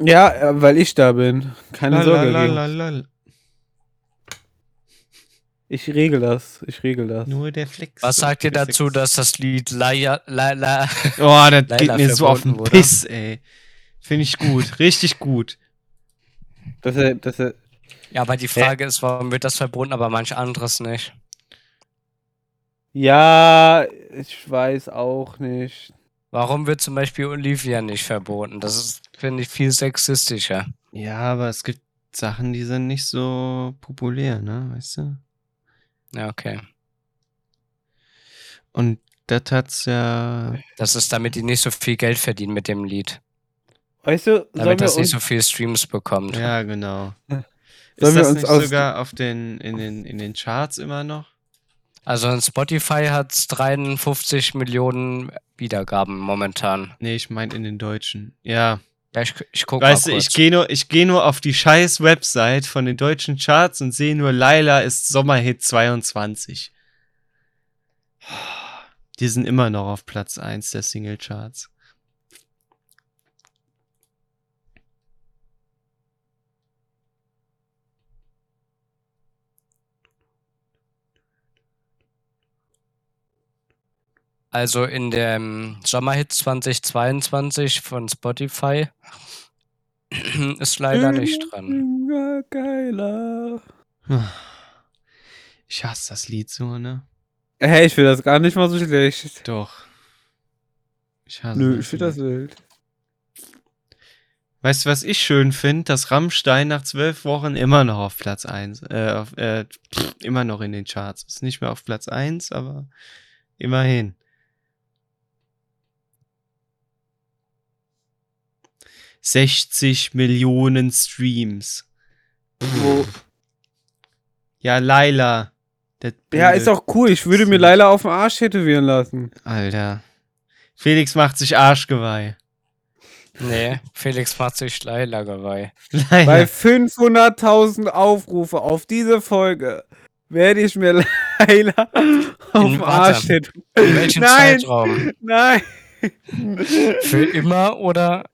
S2: ja, äh, weil ich da bin. Keine Sorge. Leo.
S3: Lalalalal.
S2: Ich regel das. Ich regel das.
S3: Nur der Flex.
S1: Was sagt ihr
S3: Der
S1: dazu,
S3: Flex.
S1: dass das Lied Laia, La, La,
S3: Oh, das
S1: Leila
S3: geht mir so auf den
S1: verboten wurde?
S3: Piss, ey. Finde ich gut. Richtig gut.
S2: Dass er, dass er,
S1: Ja, aber die Frage ist, warum wird das verboten, aber manch anderes nicht?
S2: ja, ich weiß auch nicht.
S1: Warum wird zum Beispiel Olivia nicht verboten? Das ist, finde ich, viel sexistischer.
S3: Ja, aber es gibt Sachen, die sind nicht so populär, ne? Weißt du?
S1: Ja, okay.
S3: Und das hat's ja.
S1: Das ist, damit die nicht so viel Geld verdienen mit dem Lied.
S2: Weißt du, sollen
S1: Damit
S2: wir
S1: das nicht
S2: uns,
S1: so viel Streams bekommt.
S3: Ja, genau.
S2: Sollen
S3: Ist
S2: wir
S3: das
S2: uns
S3: nicht
S2: aus-
S3: sogar auf den, in, den, in den Charts immer noch?
S1: Also in Spotify hat es 53 Millionen Wiedergaben momentan.
S3: Nee, ich meine in den Deutschen. Ja.
S1: Ja, ich, ich guck
S3: weißt
S1: mal
S3: du,
S1: kurz.
S3: ich gehe nur, ich geh nur auf die scheiß Website von den deutschen Charts und sehe nur, Laila ist Sommerhit 22. Die sind immer noch auf Platz 1 der Singlecharts.
S1: Also in dem Sommerhit 2022 von Spotify ist leider nicht
S2: Mhm.
S1: dran.
S2: Ja, geiler.
S3: Ich hasse das Lied so, ne?
S2: Hey, ich finde das gar nicht mal so schlecht.
S3: Doch. Ich hasse
S2: Nö, ich finde das wild.
S3: Weißt du, was ich schön finde? Dass Rammstein nach zwölf Wochen immer noch auf Platz 1, äh, auf, äh, pff, immer noch in den Charts. Ist nicht mehr auf Platz 1, aber immerhin. ...60 Millionen Streams.
S2: Wo,
S3: Ja, Laila. der
S2: ja,
S3: Blöde.
S2: ist auch cool. Ich würde mir Leila auf den Arsch tätowieren lassen.
S3: Alter. Felix macht sich Arschgeweih.
S1: Nee, Felix macht sich Leilagerei.
S2: Bei
S3: Laila.
S2: 500.000 Aufrufe auf diese Folge werde ich mir Leila auf den
S1: warte.
S2: Arsch tätowieren.
S1: In welchem
S2: Nein.
S1: Zeitraum?
S2: Nein.
S1: Für immer oder?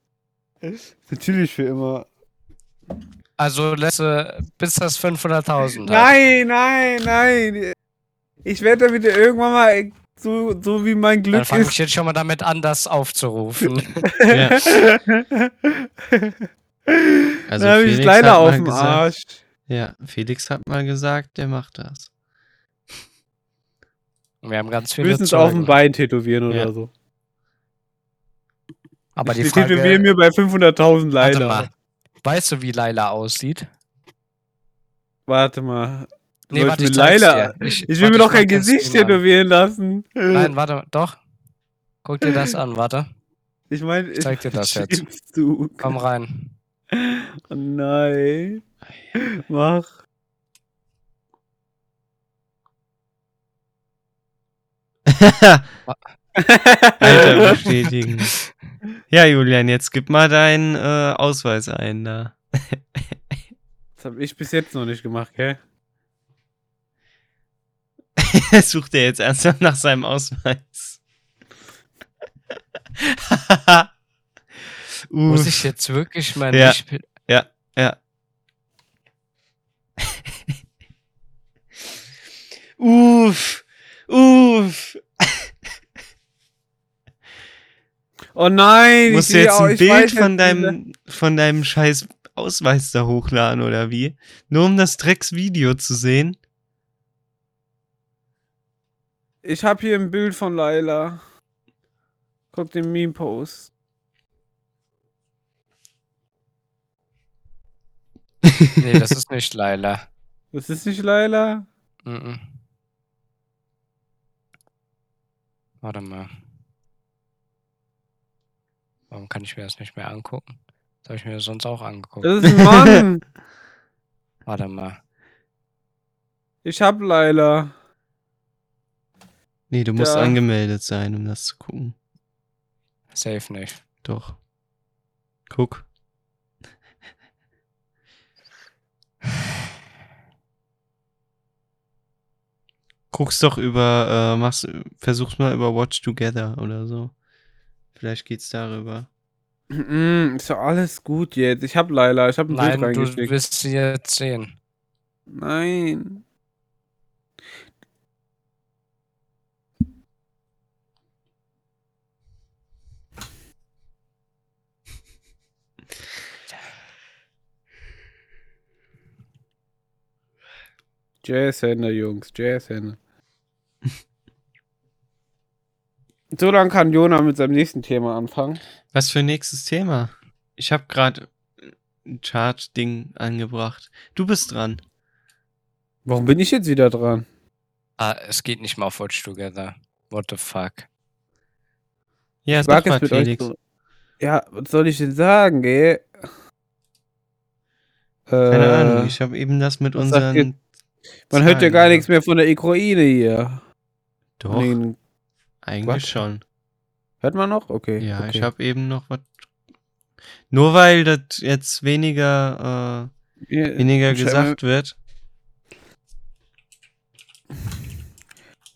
S2: Natürlich für immer.
S1: Also letzte, bis das 500.000 hat.
S2: Nein, nein, nein. Ich werde damit irgendwann mal so, so wie mein
S1: Dann
S2: Glück
S1: fange
S2: ist.
S1: ich jetzt schon mal damit an, das aufzurufen.
S3: Ja. Also
S2: Also habe ich
S3: Felix
S2: Leila
S3: hat mal
S2: auf dem
S3: gesagt-
S2: Arsch.
S3: Ja, Felix hat mal gesagt, der macht das.
S1: Wir haben ganz viele
S2: Höchstens auf dem
S1: Zeugen.
S2: Bein tätowieren oder
S3: Ja.
S2: so.
S1: Aber die
S2: ich
S1: Frage,
S2: tätowiere mir bei 500.000
S1: warte
S2: Leila.
S1: mal, weißt du, wie Laila aussieht?
S2: Warte mal. Du wolltest
S1: warte,
S2: mit
S1: zeig's
S2: Leila.
S1: dir.
S2: Ich will
S1: warte,
S2: mir doch kein
S1: mach das
S2: Gesicht
S1: Ding an.
S2: tätowieren lassen.
S1: Nein, warte, mal, doch. Guck dir das an, warte.
S2: Ich meine, ich
S1: zeig dir das jetzt.
S2: Schiebst Du.
S1: Komm rein.
S2: Oh nein. Mach.
S3: Alter, bestätigen. Ja, Julian, jetzt gib mal deinen äh, Ausweis ein da.
S2: Das habe ich bis jetzt noch nicht gemacht, gell?
S3: Sucht er jetzt ernsthaft nach seinem Ausweis.
S1: Muss
S3: Uff,
S1: ich jetzt wirklich mein
S3: Ja.
S1: Ich-
S3: ja. Uff, uff.
S2: Oh nein.
S3: Musst
S2: ich
S3: du
S2: will
S3: jetzt
S2: auch-
S3: ein
S2: ich weiß
S3: Bild von
S2: jetzt nicht.
S3: deinem, von deinem scheiß Ausweis da hochladen oder wie? Nur um das Drecks-Video zu sehen?
S2: Ich habe hier ein Bild von Leila. Guck den Meme-Post.
S1: Nee, das ist nicht Laila.
S2: Das ist nicht Leila.
S1: Mhm. Warte mal. Warum kann ich mir das nicht mehr angucken? Das habe ich mir sonst auch angeguckt.
S2: Das ist ein Mann.
S1: Warte mal.
S2: ich hab Leila.
S3: Nee, du musst
S2: Da.
S3: angemeldet sein, um das zu gucken.
S1: Safe nicht.
S3: Doch. Guck. Guckst doch über, äh, machst, versuch's mal über Watch Together oder so. Vielleicht geht's darüber.
S2: Mm, ist doch alles gut jetzt. Ich hab Laila, ich hab ein Bild
S1: Nein, du
S2: reingeschickt.
S1: wirst sie jetzt sehen.
S2: Nein. Jazzhände, Jungs, Jazzhände. so lang kann Jona mit seinem nächsten Thema anfangen.
S3: Was für nächstes Thema? Ich habe gerade ein Chart-Ding angebracht. Du bist dran.
S2: Warum bin ich jetzt wieder dran?
S1: Ah, es geht nicht mal auf Watch Together. What the fuck?
S3: Ja,
S2: Ich mag
S3: sag
S2: es
S3: mal,
S2: mit
S3: Felix.
S2: euch. so- Ja, was soll ich denn sagen, ey?
S3: Keine
S2: Äh,
S3: Ahnung, ich habe eben das mit
S2: was sagt
S3: unseren.
S2: Man hört ja
S3: Zahlen
S2: gar
S3: gemacht.
S2: nichts mehr von der Ikroine hier.
S3: Doch,
S2: Nee,
S3: eigentlich
S2: Quatsch.
S3: schon.
S2: hört man noch? Okay.
S3: Ja,
S2: okay.
S3: ich habe eben noch was. Nur weil das jetzt weniger, äh,
S2: Ja,
S3: weniger
S2: Scheinbar-
S3: gesagt wird.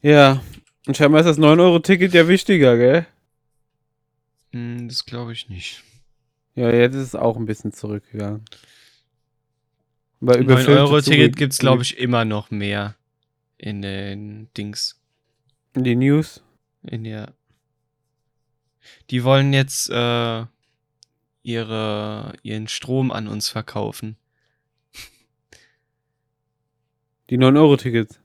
S2: ja. Und scheinbar ist das 9-Euro-Ticket ja wichtiger, gell?
S3: Hm, das glaube ich nicht.
S2: Ja, jetzt ist es auch ein bisschen zurückgegangen. Weil über
S3: 9
S2: Filme
S3: Euro Ticket
S2: zugeht-
S3: gibt's glaube ich immer noch mehr in den Dings
S2: Die News.
S3: in der Die wollen jetzt äh, ihre ihren Strom an uns verkaufen.
S2: Die 9-Euro-Tickets.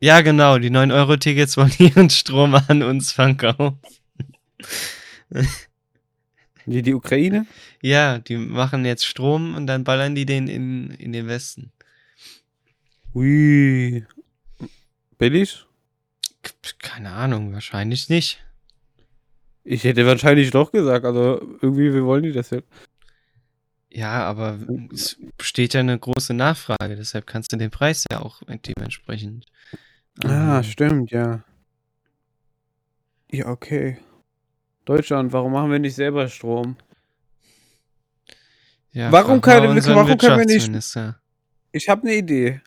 S3: Ja, genau, die 9 Euro Tickets wollen ihren Strom an uns verkaufen.
S2: Die, die Ukraine?
S3: Ja, die machen jetzt Strom und dann ballern die den in, in den Westen.
S2: Ui. Billig?
S3: K- Keine Ahnung, wahrscheinlich nicht.
S2: Ich hätte wahrscheinlich doch gesagt, also irgendwie, wir wollen die das ja.
S3: Ja, aber es besteht ja eine große Nachfrage, deshalb kannst du den Preis ja auch dementsprechend.
S2: Ah,
S3: ähm,
S2: stimmt, ja. Ja, okay. Deutschland, warum machen wir nicht selber Strom?
S3: ja,
S2: warum
S3: frag mal
S2: keine-
S3: unseren
S2: warum können wir nicht-
S3: Wirtschaftsminister.
S2: Ich habe eine Idee.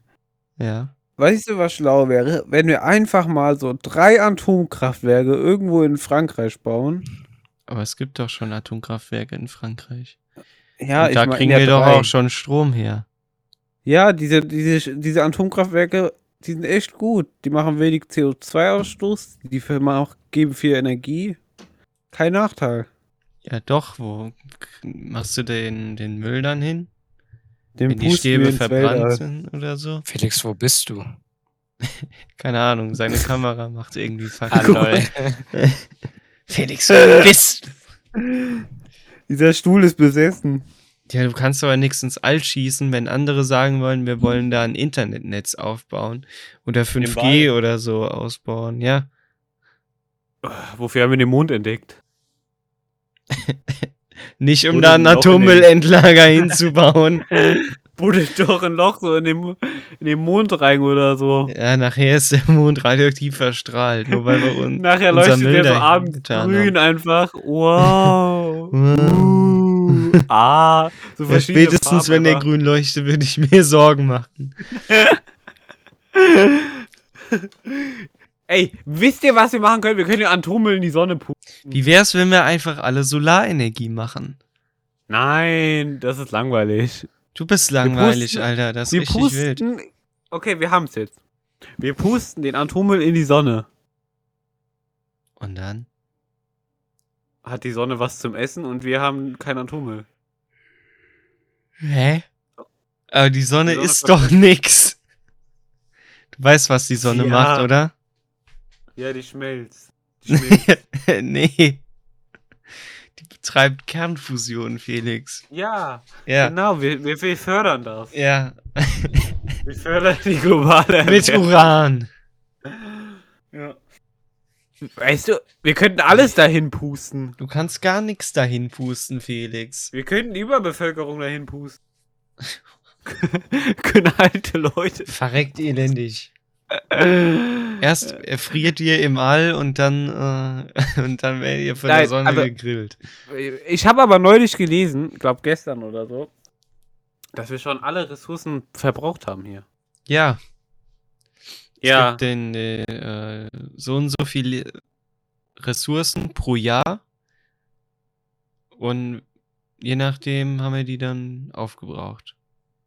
S3: Ja.
S2: Weißt du, was schlau wäre? Wenn wir einfach mal so drei Atomkraftwerke irgendwo in Frankreich bauen.
S3: Aber es gibt doch schon Atomkraftwerke in Frankreich.
S2: Ja,
S3: Und da
S2: mein,
S3: kriegen
S2: ja,
S3: wir doch
S2: drei.
S3: auch schon Strom her.
S2: Ja, diese, diese, diese Atomkraftwerke, die sind echt gut. Die machen wenig CO2-Ausstoß, die Firma auch geben viel Energie. Kein Nachteil.
S3: Ja, doch, wo k- machst du den, den Müll dann hin?
S2: Den
S3: Wenn die Stäbe
S2: ins Weltall.
S3: verbrannt sind oder so?
S1: Felix, wo bist du?
S3: Keine Ahnung, seine Kamera macht irgendwie Fuck.
S1: Hallo.
S3: Felix, du bist.
S2: Dieser Stuhl ist besessen.
S3: Ja, du kannst aber nichts ins All schießen, wenn andere sagen wollen, wir wollen da ein Internetnetz aufbauen oder 5G oder so ausbauen, ja.
S2: Wofür haben wir den Mond entdeckt?
S3: Nicht um
S2: Oder
S3: da einen
S2: noch in den-
S3: Atommüllendlager hinzubauen.
S2: Wurde doch ein Loch so in den, in den Mond rein oder so.
S3: Ja, nachher ist der Mond radioaktiv verstrahlt, nur weil wir uns.
S2: Nachher
S3: unser
S2: leuchtet
S3: Müll
S2: der so
S3: dahin
S2: abends
S3: getan
S2: grün einfach. Wow.
S3: Wow.
S2: Uh. ah. So
S3: Ja,
S2: verschiedene
S3: spätestens, wenn der
S2: Farben
S3: grün leuchtet, würde ich mir Sorgen machen.
S2: einfach. Ey, wisst ihr, was wir machen können? Wir können den Atommüll in die Sonne pusten.
S3: Wie wär's, wenn wir einfach alle Solarenergie machen?
S2: Nein, das ist langweilig.
S3: Du bist langweilig,
S2: pusten-
S3: Alter. Das ist
S2: Wir
S3: richtig wild.
S2: pusten. Okay, wir haben's jetzt. Wir pusten den Atommüll in die Sonne.
S3: Und dann?
S2: Hat die Sonne was zum Essen und wir haben keinen Atommüll.
S3: Hä? Aber die Sonne,
S2: Die Sonne
S3: ist doch nix. Du weißt, was die Sonne
S2: Ja.
S3: macht, oder?
S2: Ja, die schmelzt. Die schmilzt.
S3: nee. Die betreibt Kernfusion, Felix.
S2: ja,
S3: Ja.
S2: genau, wir, wir, wir fördern das.
S3: Ja.
S2: Wir fördern die globale
S3: Mit
S2: Erwärmung.
S3: Uran.
S2: Ja. Weißt du, wir könnten alles dahin pusten.
S3: Du kannst gar nichts dahin pusten, Felix.
S2: Wir könnten die Überbevölkerung dahin pusten. können alte Leute.
S3: Verreckt elendig. Erst erfriert ihr im All und dann äh, und dann werdet ihr von
S2: Nein,
S3: der Sonne
S2: aber-
S3: gegrillt.
S2: Ich habe aber neulich gelesen, glaub gestern oder so, dass wir schon alle Ressourcen verbraucht haben hier.
S3: Ja.
S2: Ja.
S3: Es gibt denn äh, äh, so und so viele Ressourcen pro Jahr. Und je nachdem haben wir die dann aufgebraucht.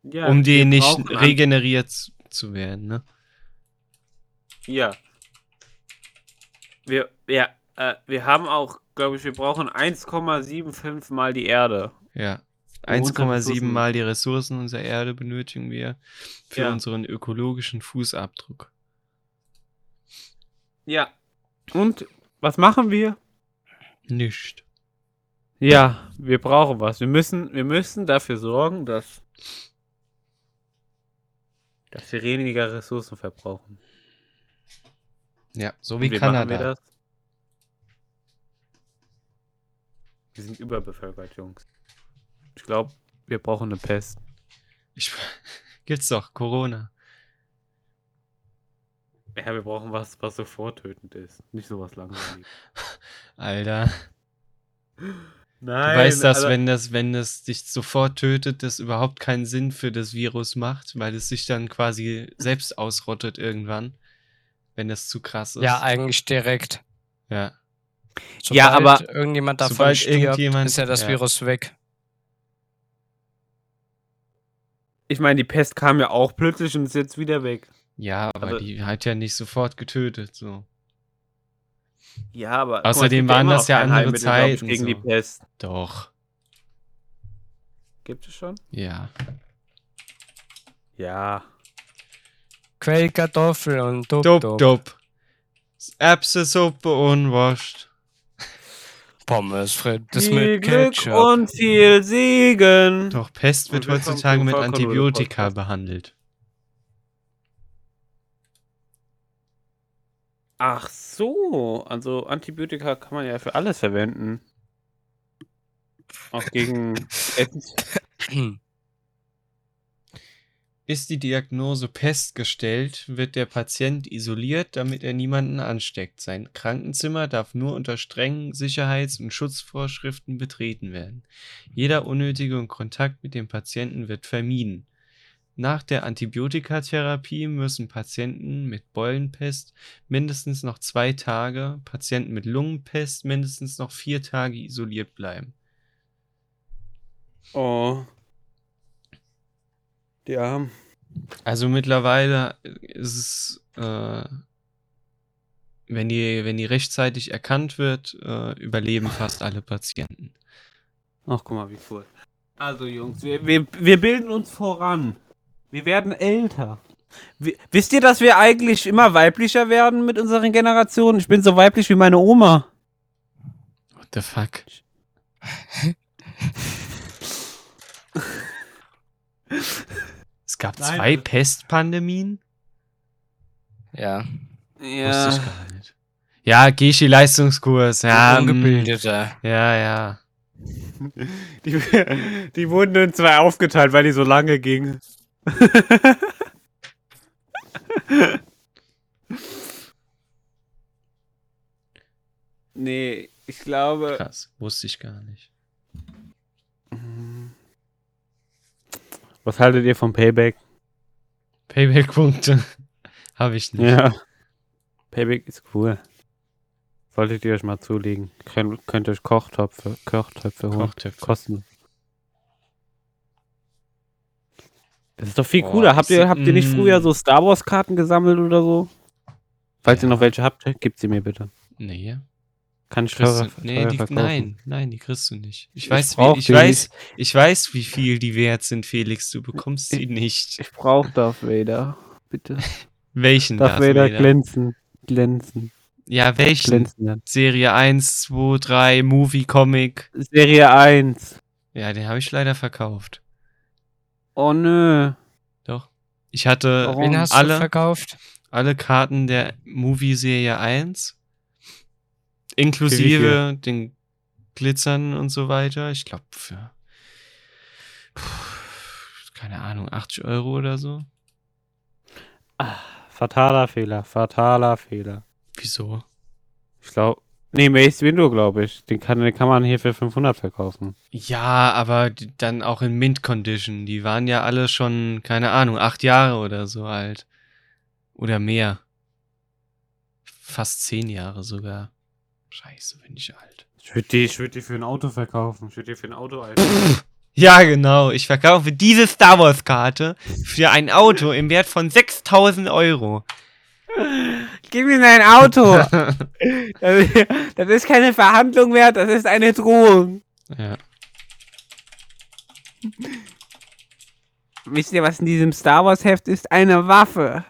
S2: ja
S3: um die
S2: wir
S3: nicht
S2: brauchen an-
S3: regeneriert zu- zu werden, ne?
S2: Ja. Wir, ja, äh, wir haben auch, glaube ich, wir brauchen 1,75 mal die Erde.
S3: Ja.
S2: Um unsere
S3: 1,7
S2: Ressourcen-
S3: mal die Ressourcen unserer Erde benötigen wir für
S2: Ja.
S3: unseren ökologischen Fußabdruck.
S2: Ja. Und was machen wir?
S3: Nicht.
S2: Ja, wir brauchen was. Wir müssen, wir müssen dafür sorgen, dass, dass wir weniger Ressourcen verbrauchen.
S3: Ja, so
S2: Und
S3: wie,
S2: machen
S3: Kanada.
S2: das? Wir sind überbevölkert, Jungs. Ich glaube, wir brauchen eine Pest.
S3: Ich, gibt's doch, Corona.
S2: Ja, wir brauchen was, was sofort tötend ist. Nicht sowas langweilig.
S3: Alter. Du
S2: Nein,
S3: weißt das,
S2: also-
S3: wenn das, wenn das dich sofort tötet, das überhaupt keinen Sinn für das Virus macht, weil es sich dann quasi selbst ausrottet irgendwann, wenn das zu krass ist.
S1: Ja, eigentlich direkt.
S3: ja.
S2: Ja, aber-
S1: irgendjemand davon
S3: Sobald
S1: stirbt,
S3: irgendjemand-
S1: ist ja das
S3: ja.
S1: Virus weg.
S2: Ich meine, die Pest kam ja auch plötzlich und ist jetzt wieder weg.
S3: ja, aber
S2: Also-
S3: die hat ja nicht sofort getötet. So.
S2: Ja, aber.
S3: mal, es Außerdem gibt ja waren immer das noch ja kein andere Heilmittel, glaub ich, Zeiten,
S2: Gegen
S3: gegen
S2: die
S3: die so.
S2: Pest.
S3: Doch.
S2: Gibt es schon?
S3: Ja.
S2: Ja.
S1: Quellkartoffel und Dub
S3: Dope,
S1: Dub.
S3: dope. Erbsensuppe unwashed.
S1: Pommes frites
S2: viel
S1: mit
S2: Glück
S1: Ketchup.
S2: und viel Segen.
S3: Doch Pest wird
S2: Und willkommen
S3: heutzutage
S2: zum
S3: mit
S2: Vollkorn-
S3: Antibiotika
S2: Podcast.
S3: behandelt.
S2: Ach so. Also, Antibiotika kann man ja für alles verwenden. Auch gegen. Essens-
S3: Ist die Diagnose Pest gestellt, wird der Patient isoliert, damit er niemanden ansteckt. Sein Krankenzimmer darf nur unter strengen Sicherheits- und Schutzvorschriften betreten werden. Jeder unnötige Kontakt mit dem Patienten wird vermieden. Nach der Antibiotikatherapie müssen Patienten mit Beulenpest mindestens noch zwei Tage, Patienten mit Lungenpest mindestens noch vier Tage isoliert bleiben.
S2: Oh. Die Armen.
S3: Also mittlerweile ist es, äh, wenn, die, wenn die rechtzeitig erkannt wird, äh, überleben fast alle Patienten.
S2: Ach, guck mal, wie cool. Also, Jungs, wir, wir, wir bilden uns voran. Wir werden älter. Wi- wisst ihr, dass wir eigentlich immer weiblicher werden mit unseren Generationen? Ich bin so weiblich wie meine Oma.
S3: What the fuck? es gab
S2: Nein,
S3: zwei
S2: also-
S3: Pestpandemien?
S1: ja,
S3: Wusste ich gar nicht. Ja, Geschi-Leistungskurs, ja. mm,
S1: ungebildeter.
S3: Ja, ja.
S2: Die, die wurden in zwei aufgeteilt, weil die so lange ging. nee, ich glaube,
S3: Krass, wusste ich gar nicht.
S2: Was haltet ihr vom Payback?
S3: Payback-Punkte habe ich nicht.
S2: Ja. Payback ist cool. Solltet ihr euch mal zulegen. Könnt, könnt euch Kochtöpfe, Kochtöpfe holen.
S3: Kochtöpfe.
S2: Kosten. Das ist doch viel
S3: Boah,
S2: cooler. Habt
S3: ich
S2: ihr,
S3: seh-
S2: habt ihr nicht
S3: mm.
S2: früher so Star Wars Karten gesammelt oder so? Falls ihr
S3: Ja.
S2: noch welche habt, gebt sie mir bitte.
S3: Nee.
S2: Kann ich
S3: Kriegst
S2: teurer,
S3: du, nee,
S2: teurer
S3: die,
S2: verkaufen.
S3: nein, nein, die kriegst du nicht. Ich,
S2: Ich
S3: weiß,
S2: brauch
S3: wie, ich
S2: die
S3: weiß, ich weiß, wie viel die wert sind, Felix. Du bekommst sie nicht.
S2: Ich brauch Darth Vader. Bitte.
S3: Welchen
S2: Darth, Vader, glänzen. Glänzen.
S3: Ja, welchen?
S2: Glänzen. dann.
S3: Serie 1, 2, 3, Movie, Comic.
S2: Serie 1.
S3: Ja, den habe ich leider verkauft.
S2: Oh nö.
S3: Doch. Ich hatte
S2: Warum?
S1: Wen hast du
S3: alle,
S1: verkauft?
S3: alle Karten der Movie-Serie 1. Inklusive den Glitzern und so weiter. Ich glaube, für. Puh, keine Ahnung, 80 Euro oder so.
S2: Fataler Fehler. Fataler Fehler.
S3: Wieso?
S2: Ich glaube. Nee, Mace Window, glaube ich. Den kann, den kann man hier für 500 verkaufen.
S3: Ja, aber die- dann auch in Mint Condition. Die waren ja alle schon, keine Ahnung, acht Jahre oder so alt. Oder mehr. fast zehn Jahre sogar. Scheiße, bin ich alt.
S2: Ich würde die, ich würd die für ein Auto verkaufen. Ich würde die für ein Auto einstellen.
S4: Ja, genau. Ich verkaufe diese Star Wars-Karte für ein Auto im Wert von 6000 Euro.
S2: Gib mir mein Auto! das, das ist keine Verhandlung mehr, das ist eine Drohung.
S3: Ja.
S2: Wisst ihr, was in diesem Star Wars Heft ist? Eine Waffe.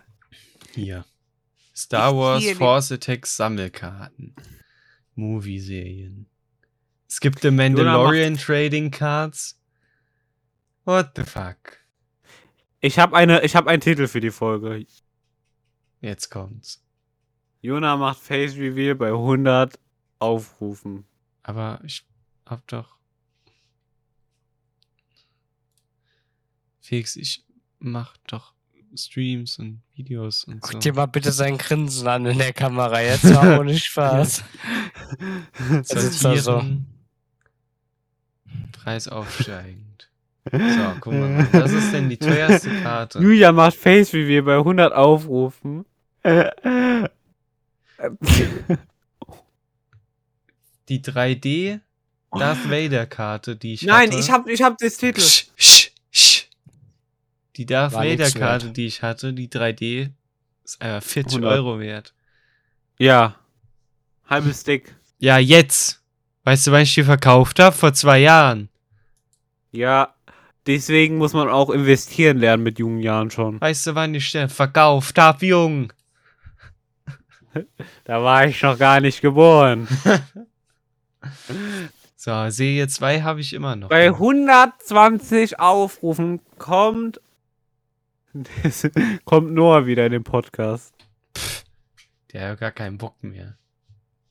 S3: Hier. Star
S2: Ich
S3: Wars
S2: ziehe die-
S3: Force Attacks Sammelkarten. Movie-Serien. Es gibt The
S2: macht-
S3: Mandalorian Trading Cards. What the fuck?
S2: Ich habe eine, ich habe einen Titel für die Folge.
S3: Jetzt kommt's.
S2: Jona macht Face Reveal bei 100 Aufrufen.
S3: Aber ich hab doch. Felix, ich mach doch Streams und Videos und
S1: Guck
S3: so.
S1: dir mal bitte sein Grinsen an in der Kamera. Jetzt war ohne Spaß. Das ist doch so.
S3: Sortieren. Preis aufsteigend. So, guck mal. Das ist denn die teuerste Karte.
S2: Julia macht Face Reveal bei 100 Aufrufen.
S3: Die 3D Darth Vader Karte, die ich
S2: Nein,
S3: hatte.
S2: ich habe ich hab das Titel.
S3: Sch, sch, sch. Die Darth
S1: War
S3: Vader
S1: nix
S3: Karte, die ich hatte, die 3D, ist einfach 40
S2: 100.
S3: Euro wert.
S2: Ja. Halbes Stick.
S3: Ja, jetzt. Weißt du, wann ich die verkauft habe? Vor zwei Jahren.
S2: Ja. Deswegen muss man auch investieren lernen mit jungen Jahren schon.
S3: Weißt du, wann ich die verkauft habe, Jung?
S2: Da war ich noch gar nicht geboren.
S3: So, Serie 2 habe ich immer noch.
S2: Bei 120 Aufrufen kommt. kommt Noah wieder in den Podcast.
S3: Der hat gar keinen Bock mehr.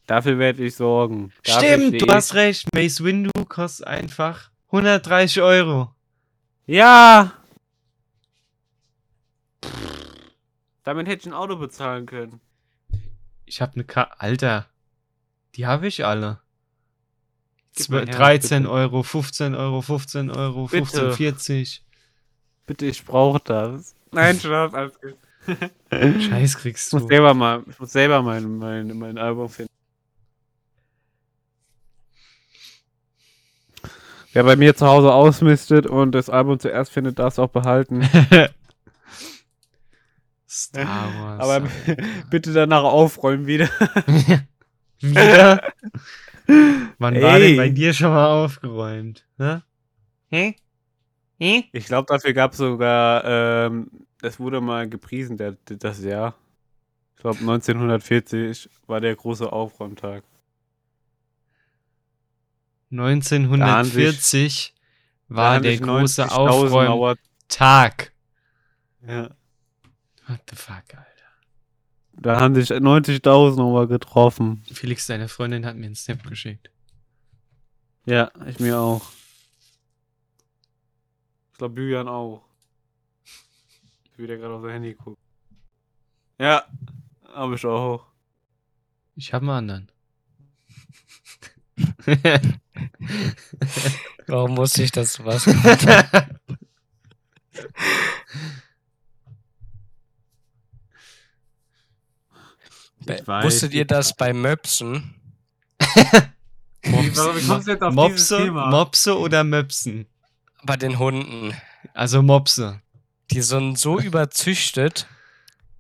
S2: Dafür werde ich sorgen. Dafür
S3: Stimmt,
S2: steh
S3: du hast recht. Mace Windu kostet einfach 130 Euro.
S2: ich. Ja! Damit hätte ich ein Auto bezahlen können.
S3: Ich habe eine Karte. Alter, die habe ich alle.
S2: Gib
S3: Zwe-
S2: mal her,
S3: 13
S2: bitte.
S3: Euro, 15 Euro, 15 Euro,
S2: Bitte.
S3: 15,40.
S2: Bitte, ich brauche das. Nein, Spaß, alles gut.
S3: Scheiß kriegst
S2: Ich muss
S3: du.
S2: selber mal, ich muss selber mein, mein, mein Album finden. Wer bei mir zu Hause ausmistet und das Album zuerst findet, darf es auch behalten.
S3: Star Wars.
S2: Aber bitte danach aufräumen wieder.
S3: Wieder? Wann war
S2: Ey.
S3: denn bei dir schon mal aufgeräumt? Ne?
S4: Hä? Hä?
S2: Ich glaube, dafür gab es sogar, ähm, das wurde mal gepriesen, der, das Jahr. Ich glaube, 1940 war der große Aufräumtag.
S3: 1940 war
S2: Da
S3: der
S2: haben sich
S3: große
S2: 90.000
S3: Aufräumtag.
S2: Mauer- Ja.
S3: What the fuck, Alter.
S2: Da haben sich 90.000 nochmal getroffen.
S3: Felix, deine Freundin hat mir einen Snap geschickt.
S2: Ja, ich mir auch. Ich glaube, Büjan auch. Ich wieder gerade auf sein Handy gucken. Ja, habe ich auch.
S3: Ich habe einen anderen.
S1: Warum musste ich das was? Be-
S2: weiß,
S1: Wusstet ihr
S2: die
S1: das bei Möpsen?
S3: Mopse,
S2: Wie kommst du jetzt auf dieses
S3: Mopse,
S2: Thema?
S3: Mopse oder Möpsen?
S1: Bei den Hunden.
S3: Also Mopse.
S1: Die sind so überzüchtet,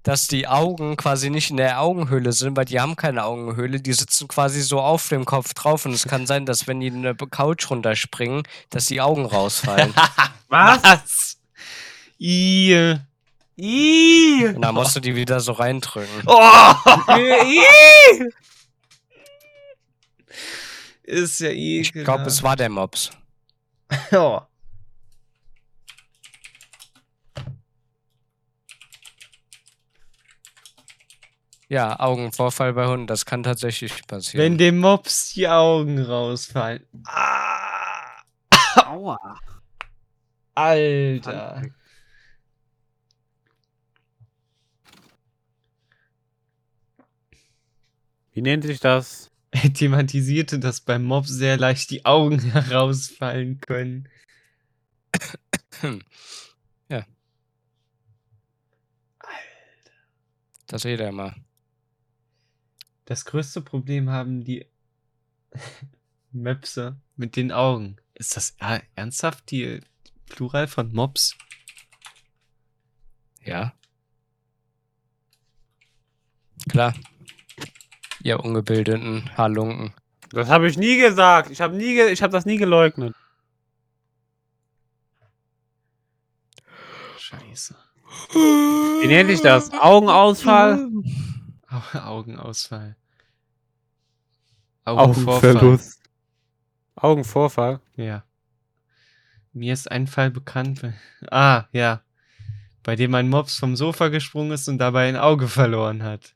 S1: dass die Augen quasi nicht in der Augenhöhle sind, weil die haben keine Augenhöhle. Die sitzen quasi so auf dem Kopf drauf und es kann sein, dass wenn die eine Couch runterspringen, dass die Augen rausfallen.
S3: Was? I.
S2: Ih!
S1: und dann musst du die wieder so reindrücken.
S3: Oh,
S2: Ih!
S3: ist ja
S1: ich
S3: ekelhaft.
S1: glaube, es war der Mops.
S3: Oh.
S1: Ja, Augenvorfall bei Hunden, das kann tatsächlich
S3: Wenn
S1: passieren.
S3: dem Mops die Augen rausfallen. Ah,
S2: Aua.
S3: Alter.
S2: Wie nennt sich das?
S3: Er thematisierte, dass beim Mops sehr leicht die Augen herausfallen können.
S1: das seht ihr mal.
S4: Das größte Problem haben die Möpse mit den Augen.
S3: Ist das er- ernsthaft die Plural von Mops?
S1: Ja. Klar. Ihr ungebildeten Halunken.
S2: Das habe ich nie gesagt. Ich habe nie ge ich habe das nie geleugnet.
S3: Scheiße.
S2: Wie nennt ich das? Augenausfall?
S3: Au- Augenausfall.
S2: Augenvorfall.
S3: Ja. Mir ist ein Fall bekannt. be- Ah, ja. Bei dem ein Mops vom Sofa gesprungen ist und dabei ein Auge verloren hat.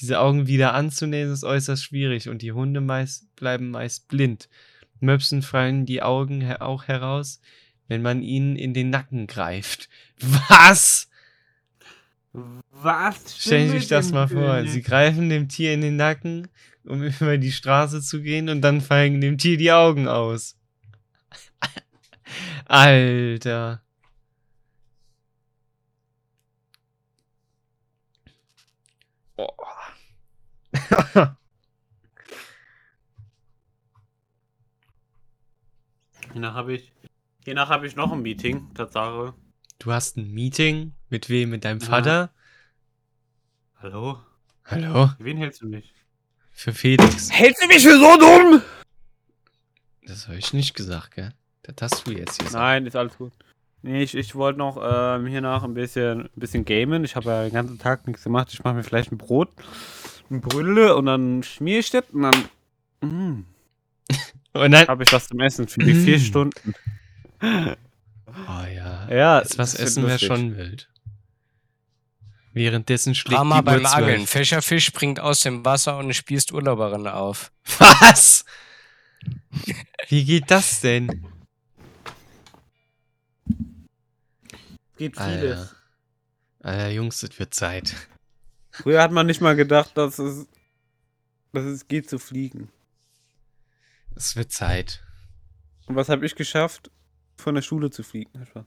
S3: Diese Augen wieder anzunehmen ist äußerst schwierig und die Hunde meist, bleiben meist blind. Möpsen fallen die Augen he- auch heraus, wenn man ihnen in den Nacken greift. Was?
S2: Was?
S3: Stellen Sie sich das mal vor. Sie greifen dem Tier in den Nacken, um über die Straße zu gehen und dann fallen dem Tier die Augen aus. Alter. Oh.
S2: Hiernach habe ich, hiernach hab ich noch ein Meeting, Tatsache.
S3: Du hast ein Meeting? Mit wem? Mit deinem
S2: Ja.
S3: Vater?
S2: Hallo?
S3: Hallo?
S2: Wen hältst du mich?
S3: Für Felix.
S2: Hältst du mich für so dumm?
S3: Das habe ich nicht gesagt, gell? Das hast du jetzt gesagt.
S2: Nein, ist alles gut. Nee, ich, ich wollte noch ähm, hiernach ein bisschen, ein bisschen gamen. Ich habe ja den ganzen Tag nichts gemacht. Ich mache mir vielleicht ein Brot, ein Brülle und dann schmier ich das und dann mm,
S3: Und dann.
S2: habe ich was zum Essen für die vier
S3: Mm.
S2: Stunden.
S3: Oh ja.
S2: Ja,
S3: Jetzt was
S2: das wird
S3: essen wäre
S2: lustig.
S3: schon wild. Währenddessen schlägt
S1: Drama
S3: die Uhr
S1: beim
S3: zwölf.
S1: Angeln. Fischerfisch springt aus dem Wasser und spießt Urlauberin auf.
S3: Was? Wie geht das denn?
S2: Geht
S3: Ah,
S2: vieles.
S3: Alter. Alter, Jungs, es wird Zeit.
S2: Früher hat man nicht mal gedacht, dass es, dass es geht zu fliegen.
S3: Es wird Zeit.
S2: Und was habe ich geschafft? Von der Schule zu fliegen. Nein, Spaß.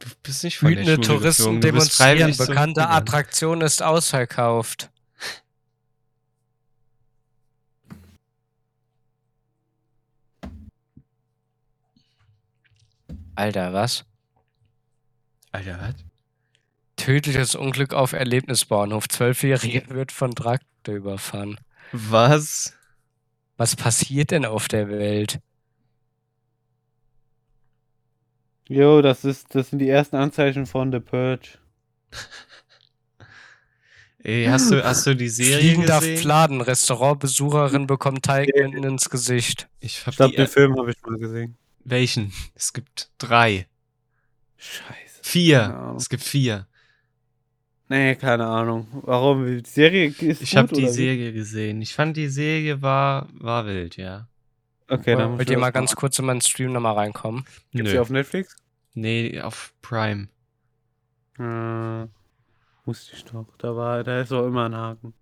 S3: Du bist nicht von
S1: Wütende
S3: der Schule
S1: Touristen
S3: geflogen. Du bist
S1: demonstrieren.
S3: freiwillig zurück
S1: Bekannte
S3: gegangen.
S1: Attraktion ist ausverkauft. Alter, was?
S3: Alter, was?
S1: Tödliches Unglück auf Erlebnisbauernhof. Zwölfjährige wird von Traktor überfahren.
S3: Was?
S1: Was passiert denn auf der Welt?
S2: Jo, das, ist, das sind die ersten Anzeichen von The Purge.
S3: Ey, hast du, hast du die Serie
S1: Fliegen darf
S3: gesehen?
S1: Fladen. Restaurantbesucherin bekommt Teig mitten ins Gesicht.
S3: Ich
S2: Ich glaube,
S3: hab die, äh,
S2: den Film habe ich mal gesehen.
S3: welchen? Es gibt drei.
S2: Scheiße.
S3: Vier.
S2: Keine Ahnung.
S3: Es gibt vier.
S2: Nee, keine Ahnung. Warum? Die Serie ist
S3: Ich habe
S2: gut,
S3: die
S2: oder wie?
S3: Serie gesehen. Ich fand die Serie war, war wild, ja.
S2: Okay, dann
S1: Wollt ihr mal ganz kurz in meinen Stream nochmal reinkommen?
S2: Gibt sie
S3: Nö.
S2: auf Netflix?
S3: Nee, auf Prime.
S2: Äh, wusste ich doch. Da, war, da ist auch immer ein Haken.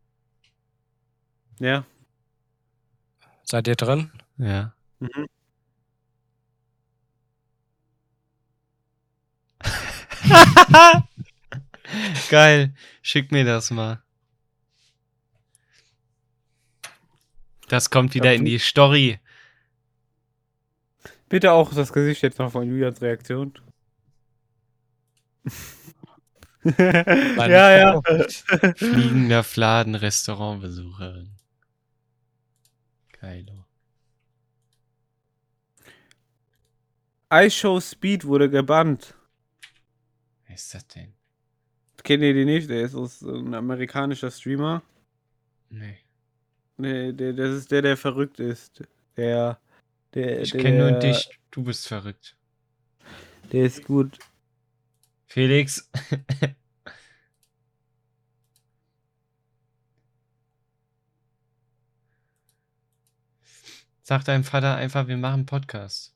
S2: Ja.
S1: Seid ihr drin?
S3: Ja.
S2: Mhm.
S3: Geil. Schick mir das mal. Das kommt wieder in die Story.
S2: Bitte auch das Gesicht jetzt noch von Julians Reaktion. ja, ja.
S3: Fliegender Fladen Restaurantbesucherin. Geilo.
S2: iShow Speed wurde gebannt.
S3: Wer ist das denn?
S2: Kennt ihr den nicht? Der ist aus- äh, ein amerikanischer Streamer.
S3: Nee.
S2: Nee, der, das ist der, der verrückt ist. Der. der
S3: Ich
S2: der-
S3: kenne nur dich. Du bist verrückt.
S2: Der ist gut.
S3: Felix. Sag deinem Vater einfach, wir machen einen Podcast.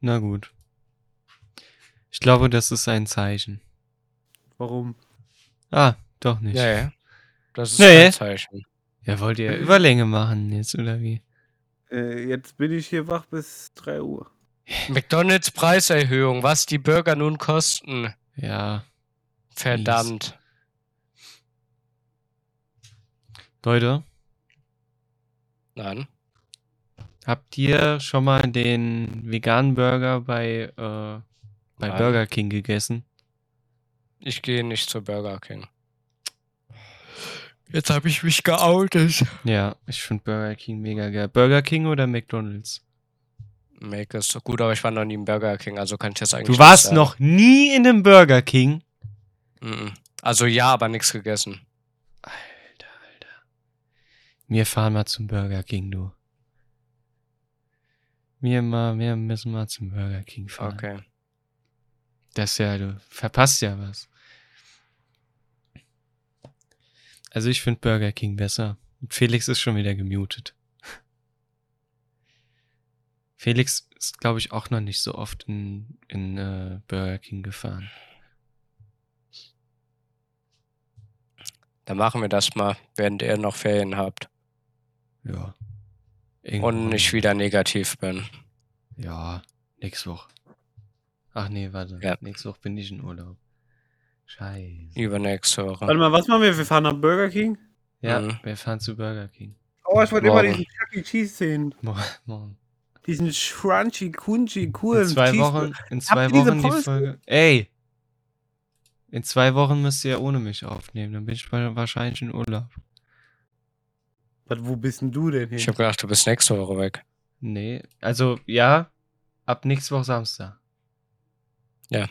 S3: Na gut. Ich glaube, das ist ein Zeichen.
S2: Warum?
S3: Ah, doch nicht.
S1: Ja, ja. Das ist
S4: Nee.
S1: ein Zeichen.
S3: Ja, wollt ihr Überlänge machen jetzt, oder wie?
S2: Äh, jetzt bin ich hier wach bis 3 Uhr.
S1: McDonalds Preiserhöhung, was die Burger nun kosten.
S3: Ja.
S1: Verdammt.
S3: Leute,
S1: Nein.
S3: habt ihr schon mal den veganen Burger bei, äh, bei
S1: Nein.
S3: Burger King gegessen?
S1: Ich gehe nicht zu Burger King. Jetzt habe ich mich geoutet.
S3: Ja, ich finde Burger King mega geil. Burger King oder McDonald's?
S1: Make ist so gut, aber ich war noch nie im Burger King, also kann ich das eigentlich
S4: Du
S1: nicht
S4: warst
S1: sagen.
S4: noch nie in einem Burger King.
S1: Mhm. Also ja, aber nichts gegessen.
S3: Alter, Alter. Wir fahren mal zum Burger King, du. Wir, mal, wir müssen mal zum Burger King fahren.
S1: Okay.
S3: Das ist ja, du verpasst ja was. Also ich finde Burger King besser. Und Felix ist schon wieder gemutet. Felix ist, glaube ich, auch noch nicht so oft in, in äh, Burger King gefahren.
S1: Dann machen wir das mal, während ihr noch Ferien habt
S3: Ja. Irgendwo
S1: und ich wieder negativ bin.
S3: Ja, nächste Woche. Ach nee, warte.
S1: Ja.
S3: Nächste Woche bin ich in Urlaub. Scheiße.
S1: Übernächste
S3: Ah.
S1: Woche.
S2: Warte mal, was machen wir? Wir fahren nach Burger King?
S3: Ja,
S1: Mhm.
S3: wir fahren zu Burger King.
S2: Oh, ich wollte immer
S1: Morgen.
S2: diesen Chuck E. Cheese sehen.
S3: Morgen. morgen.
S2: Diesen Crunchy, Kunchi,
S3: In
S2: coolen
S3: zwei
S2: Cheese-
S3: Wochen, in zwei
S2: ihr diese
S3: Wochen die
S2: Pommes
S3: Folge. Ey! In zwei Wochen müsst ihr ohne mich aufnehmen. Dann bin ich wa- wahrscheinlich in Urlaub.
S2: Warte, wo bist denn du denn
S1: Ich
S2: hin?
S1: habe gedacht, du bist nächste Woche weg.
S3: Nee, also ja, ab nächste Woche Samstag.
S1: Dann
S3: Ja.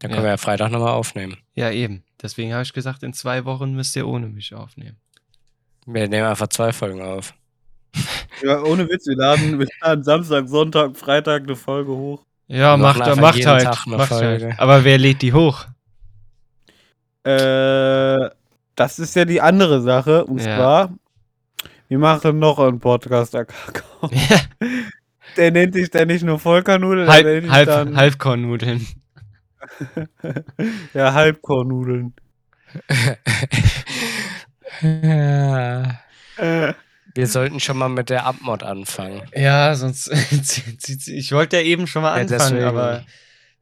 S1: können wir ja Freitag nochmal aufnehmen.
S3: Ja, eben. Deswegen habe ich gesagt, in zwei Wochen müsst ihr ohne mich aufnehmen.
S1: Wir nehmen einfach zwei Folgen auf.
S2: Ja, ohne Witz, wir laden, wir laden Samstag, Sonntag, Freitag eine Folge hoch.
S3: Ja,
S1: Wir machen
S3: macht,
S1: einfach
S3: macht
S1: jeden
S3: halt.
S1: Tag eine
S3: macht halt.
S1: Folge.
S3: Aber wer lädt die hoch?
S2: Äh, das ist ja die andere Sache. Und
S3: Ja.
S2: zwar, wir machen noch einen Podcast-Account. Der nennt sich dann nicht nur Vollkornnudeln, der nennt sich
S4: Halb, halb,
S2: dann
S4: Halbkornnudeln.
S2: ja, Halbkornnudeln.
S1: wir
S2: Äh,
S1: sollten schon mal mit der Abmod anfangen.
S4: Ja, sonst zieht sie. Ich wollte ja eben schon mal
S1: Ja,
S4: anfangen,
S1: deswegen.
S4: aber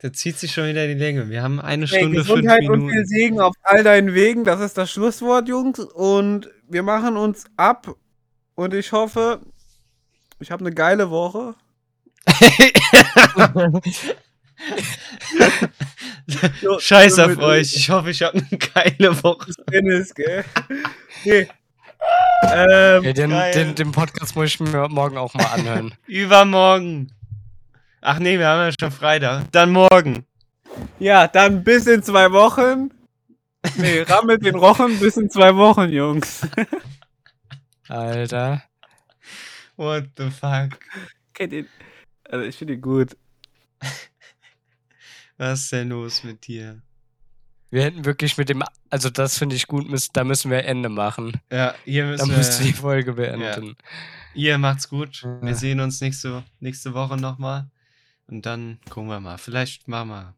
S4: da zieht sich schon wieder die Länge. Wir haben eine
S3: also
S2: ey,
S4: Stunde, fünf
S2: Gesundheit und viel
S4: Minuten.
S2: Segen auf all deinen Wegen. Das ist das Schlusswort, Jungs. Und wir machen uns ab. Und ich hoffe, ich habe eine geile Woche. So,
S4: Scheiß auf
S2: somit-
S4: euch. Ich hoffe, ich habe eine geile Woche.
S2: Dennis, gell? Nee. Ähm,
S1: Ja, den,
S4: Geil.
S1: den, den Podcast muss ich mir morgen auch mal anhören.
S4: Übermorgen. Ach nee, wir haben ja schon Freitag. Dann morgen.
S2: ja, dann bis in zwei Wochen. Nee, rammelt den Rochen bis in zwei Wochen, Jungs.
S1: Alter.
S4: What the fuck?
S2: Kennt ihr? Also, ich finde ihn gut.
S4: Was ist denn los mit dir?
S1: Wir hätten wirklich mit dem, also das finde ich gut, müssen, da müssen wir Ende machen.
S4: Ja, ihr
S1: Da
S4: müsst.
S1: müsst ihr die
S4: Äh,
S1: Folge beenden.
S4: ihr macht's gut. Wir
S1: Ja.
S4: sehen uns nächste, nächste Woche nochmal. Und dann gucken wir mal. Vielleicht machen wir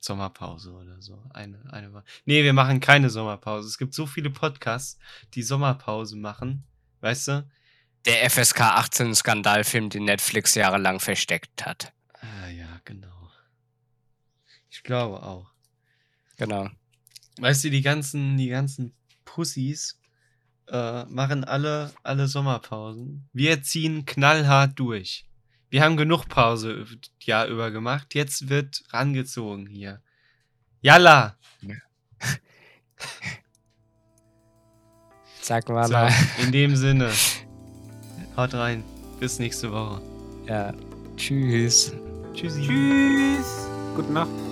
S4: Sommerpause oder so. Eine, eine Woche. Nee, wir machen keine Sommerpause. Es gibt so viele Podcasts, die Sommerpause machen. Weißt du?
S1: Der FSK 18 Skandalfilm, den Netflix jahrelang versteckt hat.
S4: Ah ja, genau. Ich glaube auch.
S1: Genau.
S4: Weißt du, die ganzen, die ganzen Pussys äh, machen alle, alle Sommerpausen. Wir ziehen knallhart durch. Wir haben genug Pause üb- Jahr über gemacht. Jetzt wird rangezogen hier. Jalla!
S1: Sag mal.
S4: So,
S1: na.
S4: in dem Sinne. Haut rein. Bis nächste Woche.
S1: Ja. Tschüss.
S4: Tschüssi.
S2: Tschüss. Gute Nacht.